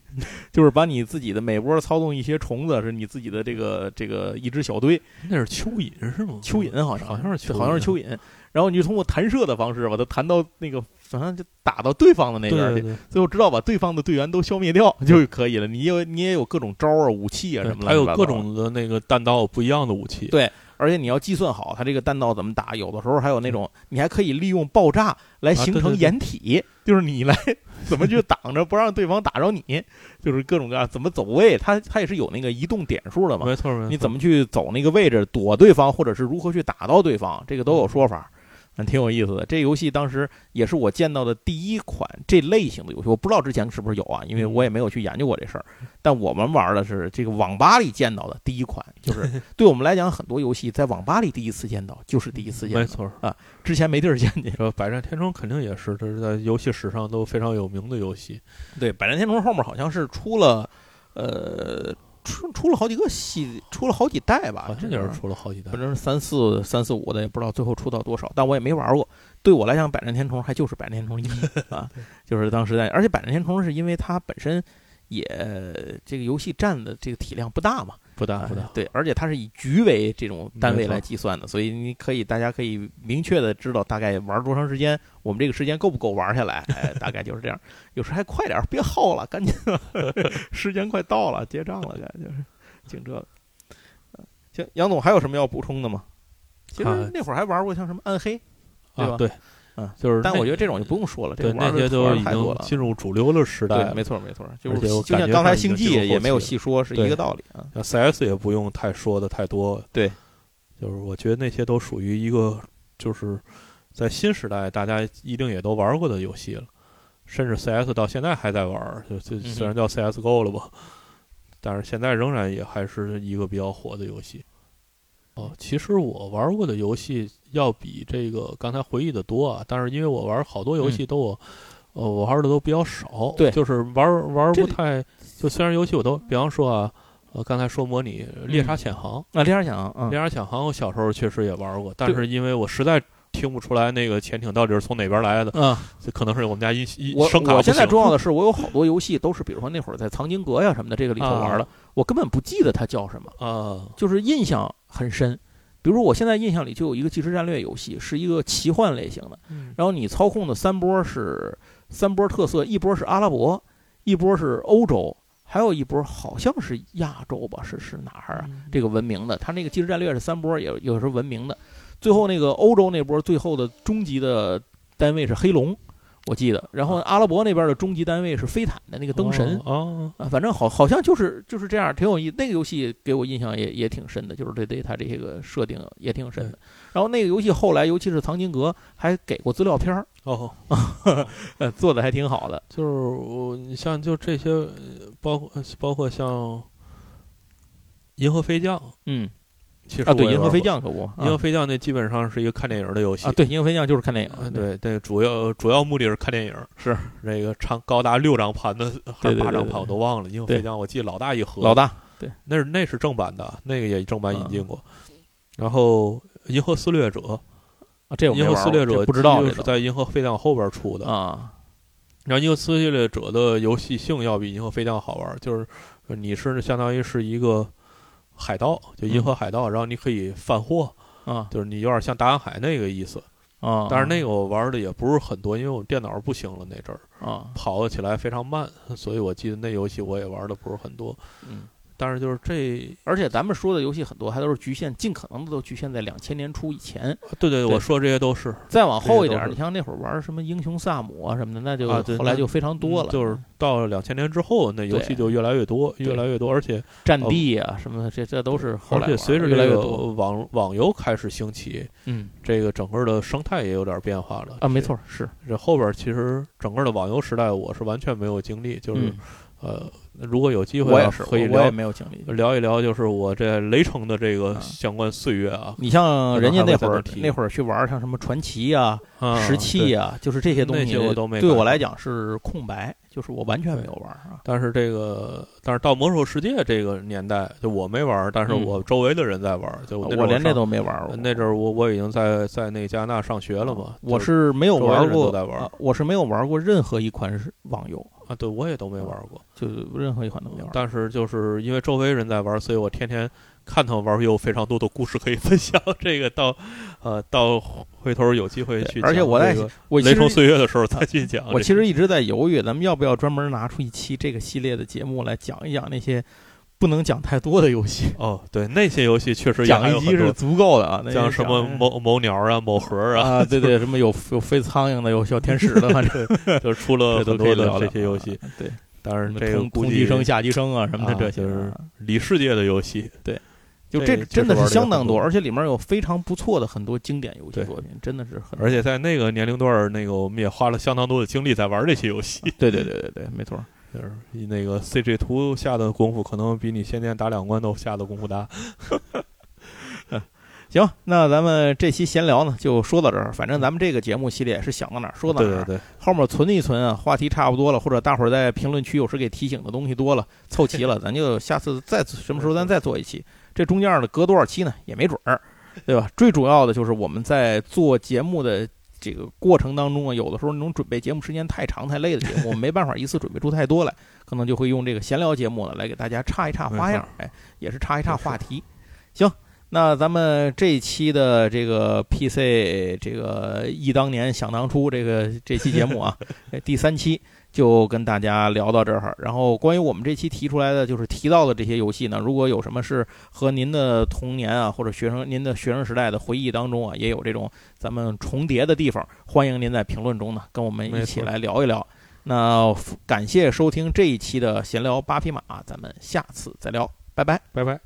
S1: 就是把你自己的每波操纵一些虫子，是你自己的这个这个一支小队，
S2: 那是蚯蚓是吗？
S1: 蚯蚓好像
S2: 嗯好像是
S1: 好像是蚯蚓，然后你就通过弹射的方式把它弹到那个，反正就打到对方的那
S2: 对
S1: 边去
S2: 对。对
S1: 最后直到把对方的队员都消灭掉就可以了。你也有你也有各种招儿啊、武器啊
S2: 嗯对
S1: 什么的，
S2: 还有各。种的那个弹道不一样的武器。
S1: 对而且你要计算好它这个弹道怎么打，有的时候还有那种你还可以利用爆炸来形
S2: 嗯啊对
S1: 成
S2: 对对
S1: 掩体，就是你来 *laughs* 怎么去挡着不让对方打着你，就是各种各样怎么走位，它它也是有那个移动点数的嘛。
S2: 没错没错。
S1: 你怎么去走那个位置躲对方，或者是如何去打到对方，这个都有说法，嗯，挺有意思的。这游戏当时也是我见到的第一款这类型的游戏，我不知道之前是不是有啊，因为我也没有去研究过这事儿。但我们玩的是这个网吧里见到的第一 *laughs* 款，就是对我们来讲，很多游戏在网吧里第一次见到就是第一次见
S2: 没
S1: 到，
S2: 错，
S1: 之前没地儿见去。
S2: 这《百战天虫》肯定也是，这是在游戏史上都非常有名的游戏。
S1: 对，《百战天虫》后面好像是出了，呃，出出了好几个系，出了好几代吧，
S2: 好像也是出了好几代
S1: 反。正是三四三四五的，也不知道最后出到多少，但我也没玩过。对我来讲，百战天虫还就是百战天虫一啊，就是当时在，而且百战天虫是因为它本身也这个游戏占的这个体量不大嘛，
S2: 不大
S1: 啊
S2: 不大，
S1: 对，而且它是以局为这种单位
S2: 没错
S1: 来计算的，所以你可以大家可以明确的知道大概玩多长时间，我们这个时间够不够玩下来，哎，大概就是这样。有时候还快点儿，别耗了，赶紧， *laughs* 时间快到了，结账了，该就是，净这个。行，杨总还有什么要补充的吗？其
S2: 啊
S1: 实那会儿还玩过像什么暗黑，对吧
S2: 啊，对，
S1: 嗯
S2: 就是那，
S1: 但我觉得这种就不用说了，这
S2: 对
S1: 个玩
S2: 那
S1: 的
S2: 些
S1: 玩
S2: 都
S1: 的
S2: 已
S1: 太多
S2: 经
S1: 了。
S2: 进入主流的时代
S1: 对，
S2: 了
S1: 没错没错，就
S2: 而
S1: 是
S2: 且
S1: 就
S2: 我
S1: 像
S2: 感觉
S1: 刚才
S2: 上已
S1: 星
S2: 经
S1: 际
S2: 进入
S1: 也
S2: 后
S1: 没有
S2: 期
S1: 细说，是一
S2: 对
S1: 个道理啊。
S2: 那 CS 也不用太说的太多。
S1: 对，
S2: 就是我觉得那些都属于一个，就是在新时代大家一定也都玩过的游戏了，甚至 CS 到现在还在玩儿，就就
S1: 嗯哼
S2: 虽然叫 CSGO 了吧，但是现在仍然也还是一个比较火的游戏。哦，其实我玩过的游戏要比这个刚才回忆的多啊，但是因为我玩好多游戏都我，呃，我玩的都比较少，
S1: 嗯对
S2: 就是玩玩
S1: 这
S2: 不
S1: 里
S2: 太。就虽然游戏我都，比方说啊，呃，刚才说模拟《猎杀潜航》
S1: 那这样想啊，
S2: 猎
S1: 嗯
S2: 杀潜航》我小时候确实也玩过，但是因为我实在听不出来那个潜艇到底是从哪边来的，
S1: 嗯，
S2: 这可能是我们家音音
S1: 我
S2: 声卡
S1: 我
S2: 不
S1: 现在
S2: 行。
S1: 重要的是，我有好多游戏都是，比如说那会儿在藏经阁呀什么的这个里头玩的，我根本不记得它叫什么，
S2: 啊，
S1: 就是印象很深。比如我现在印象里就有一个即时战略游戏，是一个奇幻类型的，然后你操控的三波是三波特色，一波是阿拉伯，一波是欧洲，还有一波好像是亚洲吧，是是哪儿啊？这个文明的，它那个即时战略是三波，也有时候文明的。最后那个欧洲那波最后的终极的单位是黑龙，我记得。然后阿拉伯那边的终极单位是飞坦的那个灯神
S2: 啊，
S1: 啊，反正好好像就是就是这样，挺有意。那个游戏给我印象也也挺深的，就是对对它这个设定也挺深
S2: 嗯
S1: 的。然后那个游戏后来，尤其是藏经阁，还给过资料片
S2: *laughs*
S1: 儿，
S2: 哦，
S1: 呃，做的还挺好的。
S2: 就是我，你像就这些，呃包括包括像《银河飞将》，
S1: 嗯
S2: 其实
S1: 啊，对，
S2: 我也
S1: 银河
S2: 玩
S1: 飞
S2: 过，
S1: 将可不
S2: 银河
S1: 啊
S2: 飞将那基本上是一个看电影的游戏
S1: 啊，对，银河飞将就是看电
S2: 啊
S1: 影，，
S2: 对对，主要主要目的是看电影，
S1: 是
S2: 那个长高达六张盘的还
S1: 对
S2: 是
S1: 对
S2: 八
S1: 对
S2: 张
S1: 对
S2: 盘我都忘了，因为
S1: 对
S2: 飞将我记得老大一盒，
S1: 老大嗯
S2: 那是那是正版的，那个也正版引进过。然后《银河撕裂者》，
S1: 啊，这我
S2: 《
S1: 没
S2: 银河
S1: 玩
S2: 撕
S1: 过
S2: 裂
S1: 这
S2: 者》
S1: 不知道
S2: 就
S1: 这
S2: 是
S1: 个
S2: 在《银河飞将》后边出的。
S1: 啊，
S2: 然后《银河撕裂者》的游戏性要比《银河飞将》好玩，就是你是相当于是一个海盗，就银
S1: 嗯
S2: 河海盗，然后你可以贩货，
S1: 啊
S2: 就是你有点像大航海那个意思。
S1: 啊！
S2: 但是那个我玩的也不是很多，因为我电脑不行了那阵儿。
S1: 啊，
S2: 跑起来非常慢， *laughs* 所以我记得那游戏我也玩的不是很多。
S1: 嗯，
S2: 但是就是这，
S1: 而且咱们说的游戏很多，还都是局限，尽可能的都局限在两千年初以前。
S2: 对
S1: 对
S2: 对，我说这些都是
S1: 再往后一点
S2: 这
S1: 儿，
S2: 些都是
S1: 你像那会儿玩什么英雄萨姆啊什么的，那就
S2: 啊对
S1: 后来
S2: 那
S1: 就非常多了，
S2: 嗯就是到了两千年之后，那游戏
S1: 对
S2: 就越来越多，
S1: 对
S2: 越来越多，而且
S1: 战地啊什么的，这这都是后
S2: 哦而
S1: 来
S2: 且
S1: 玩
S2: 随着
S1: 越来
S2: 这
S1: 越
S2: 个哦
S1: 多。
S2: 网网游开始兴起，
S1: 嗯
S2: 这个整个的生态也有点变化了
S1: 啊，没。错，是
S2: 这这后边其实整个的网游时代，我是完全没有经历，就是、
S1: 嗯，
S2: 呃，如果有机会
S1: 我
S2: 啊
S1: 也是，
S2: 可以
S1: 我我也
S2: 聊呃
S1: 没有经历。
S2: 聊一聊，就是我这雷城的这个
S1: 啊
S2: 相关岁月啊，
S1: 你像人家那会
S2: 可能还
S1: 儿
S2: 会再提
S1: 那会儿去玩像什么传奇啊、
S2: 啊
S1: 石器
S2: 对
S1: 啊，就是这些东
S2: 那
S1: 西
S2: 些我都没
S1: 对我
S2: 干
S1: 来
S2: 过
S1: 讲是空白，就是我完全没有玩儿啊。
S2: 但是这个，但是到魔兽世界这个年代，就我没玩儿，但是
S1: 嗯
S2: 我周围的人在玩儿，就那
S1: 我
S2: 阵儿
S1: 连这
S2: 上
S1: 都没玩儿过。啊哦
S2: 那阵儿我我已经在在那加拿大上学了嘛，
S1: 我
S2: 就是
S1: 没有
S2: 周围的
S1: 玩
S2: 人
S1: 过，
S2: 都在玩
S1: 啊我是没有玩过任何一款是网游，
S2: 啊，对我也都没玩儿过，
S1: 就是任何一款都没玩。
S2: 但是就是因为周围人在玩儿，所以我天天看他们玩儿，有非常多的故事可以分享。 *laughs* 这个到呃到回头有机会去
S1: 而且
S2: 讲
S1: 我在
S2: 这个
S1: 我
S2: 雷
S1: 其
S2: 城
S1: 实
S2: 岁月的时候再去哦讲这个。
S1: 我其实一直在犹豫，咱们要不要专门拿出一期这个系列的节目来讲一讲那些不能讲太多的游戏，
S2: 哦，对那些游
S1: *laughs*
S2: 戏确实也还
S1: 讲
S2: 有
S1: 一集
S2: 很多
S1: 是足够的啊。那
S2: 像什么某某鸟啊、某盒儿啊，
S1: 啊，对对，什么有有飞苍蝇的，有小天
S2: *laughs*
S1: 使的，反正
S2: 就出了
S1: 这
S2: 很
S1: 都可以
S2: 多的
S1: 聊聊
S2: 这些游戏。
S1: 啊。对，
S2: 当然
S1: 什么
S2: 这个
S1: 同
S2: 估
S1: 同
S2: 计
S1: 级生、下级生啊什么的
S2: 啊
S1: 这些
S2: 就
S1: 啊
S2: 是。里世界的
S1: *laughs*
S2: 游戏，
S1: 就
S2: 这
S1: 这
S2: 个确
S1: 真
S2: 实
S1: 的是
S2: 玩得
S1: 相
S2: 很
S1: 当多，
S2: 多
S1: 而且里面有非常不错的很多经典游戏
S2: 对
S1: 作品，真的是很
S2: 而且在那个年龄段儿，那个我们也花了相当多的精力在玩这些游戏。
S1: 对对对对对，没错。
S2: *laughs* 就是那个 CG 图下的功夫，可能比你仙剑打两关都下的功夫大。
S1: 行，那咱们这期闲聊呢就说到这儿。反正咱们这个节目系列是想到哪儿说到
S2: 对
S1: 哪儿，
S2: 对对，
S1: 后面存一存啊，话题差不多了，或者大伙儿在评论区有时给提醒的东西多了，凑齐了，咱就下次再什么时候咱再做一期。这中间呢隔多少期呢也没准儿，对吧？最主要的就是我们在做节目的这个过程当中啊，有的时候那种准备节目时间太长太累的节目，我们没办法一次准备出太多来，可能就会用这个闲聊节目呢来给大家岔一岔花样，哎，也是岔一岔话题。行，那咱们这一期的这个 PC 这个忆当年想当初这个这期节目
S2: *laughs*
S1: 啊，哎第三期就跟大家聊到这儿。然后关于我们这期提出来的就是提到的这些游戏呢，如果有什么是和您的童年啊或者学生您的学生时代的回忆当中啊，也有这种咱们重叠的地方，欢迎您在评论中呢跟我们一起
S2: 没错
S1: 来聊一聊。那感谢收听这一期的闲聊八匹马，咱们下次再聊，拜拜。
S2: 拜拜。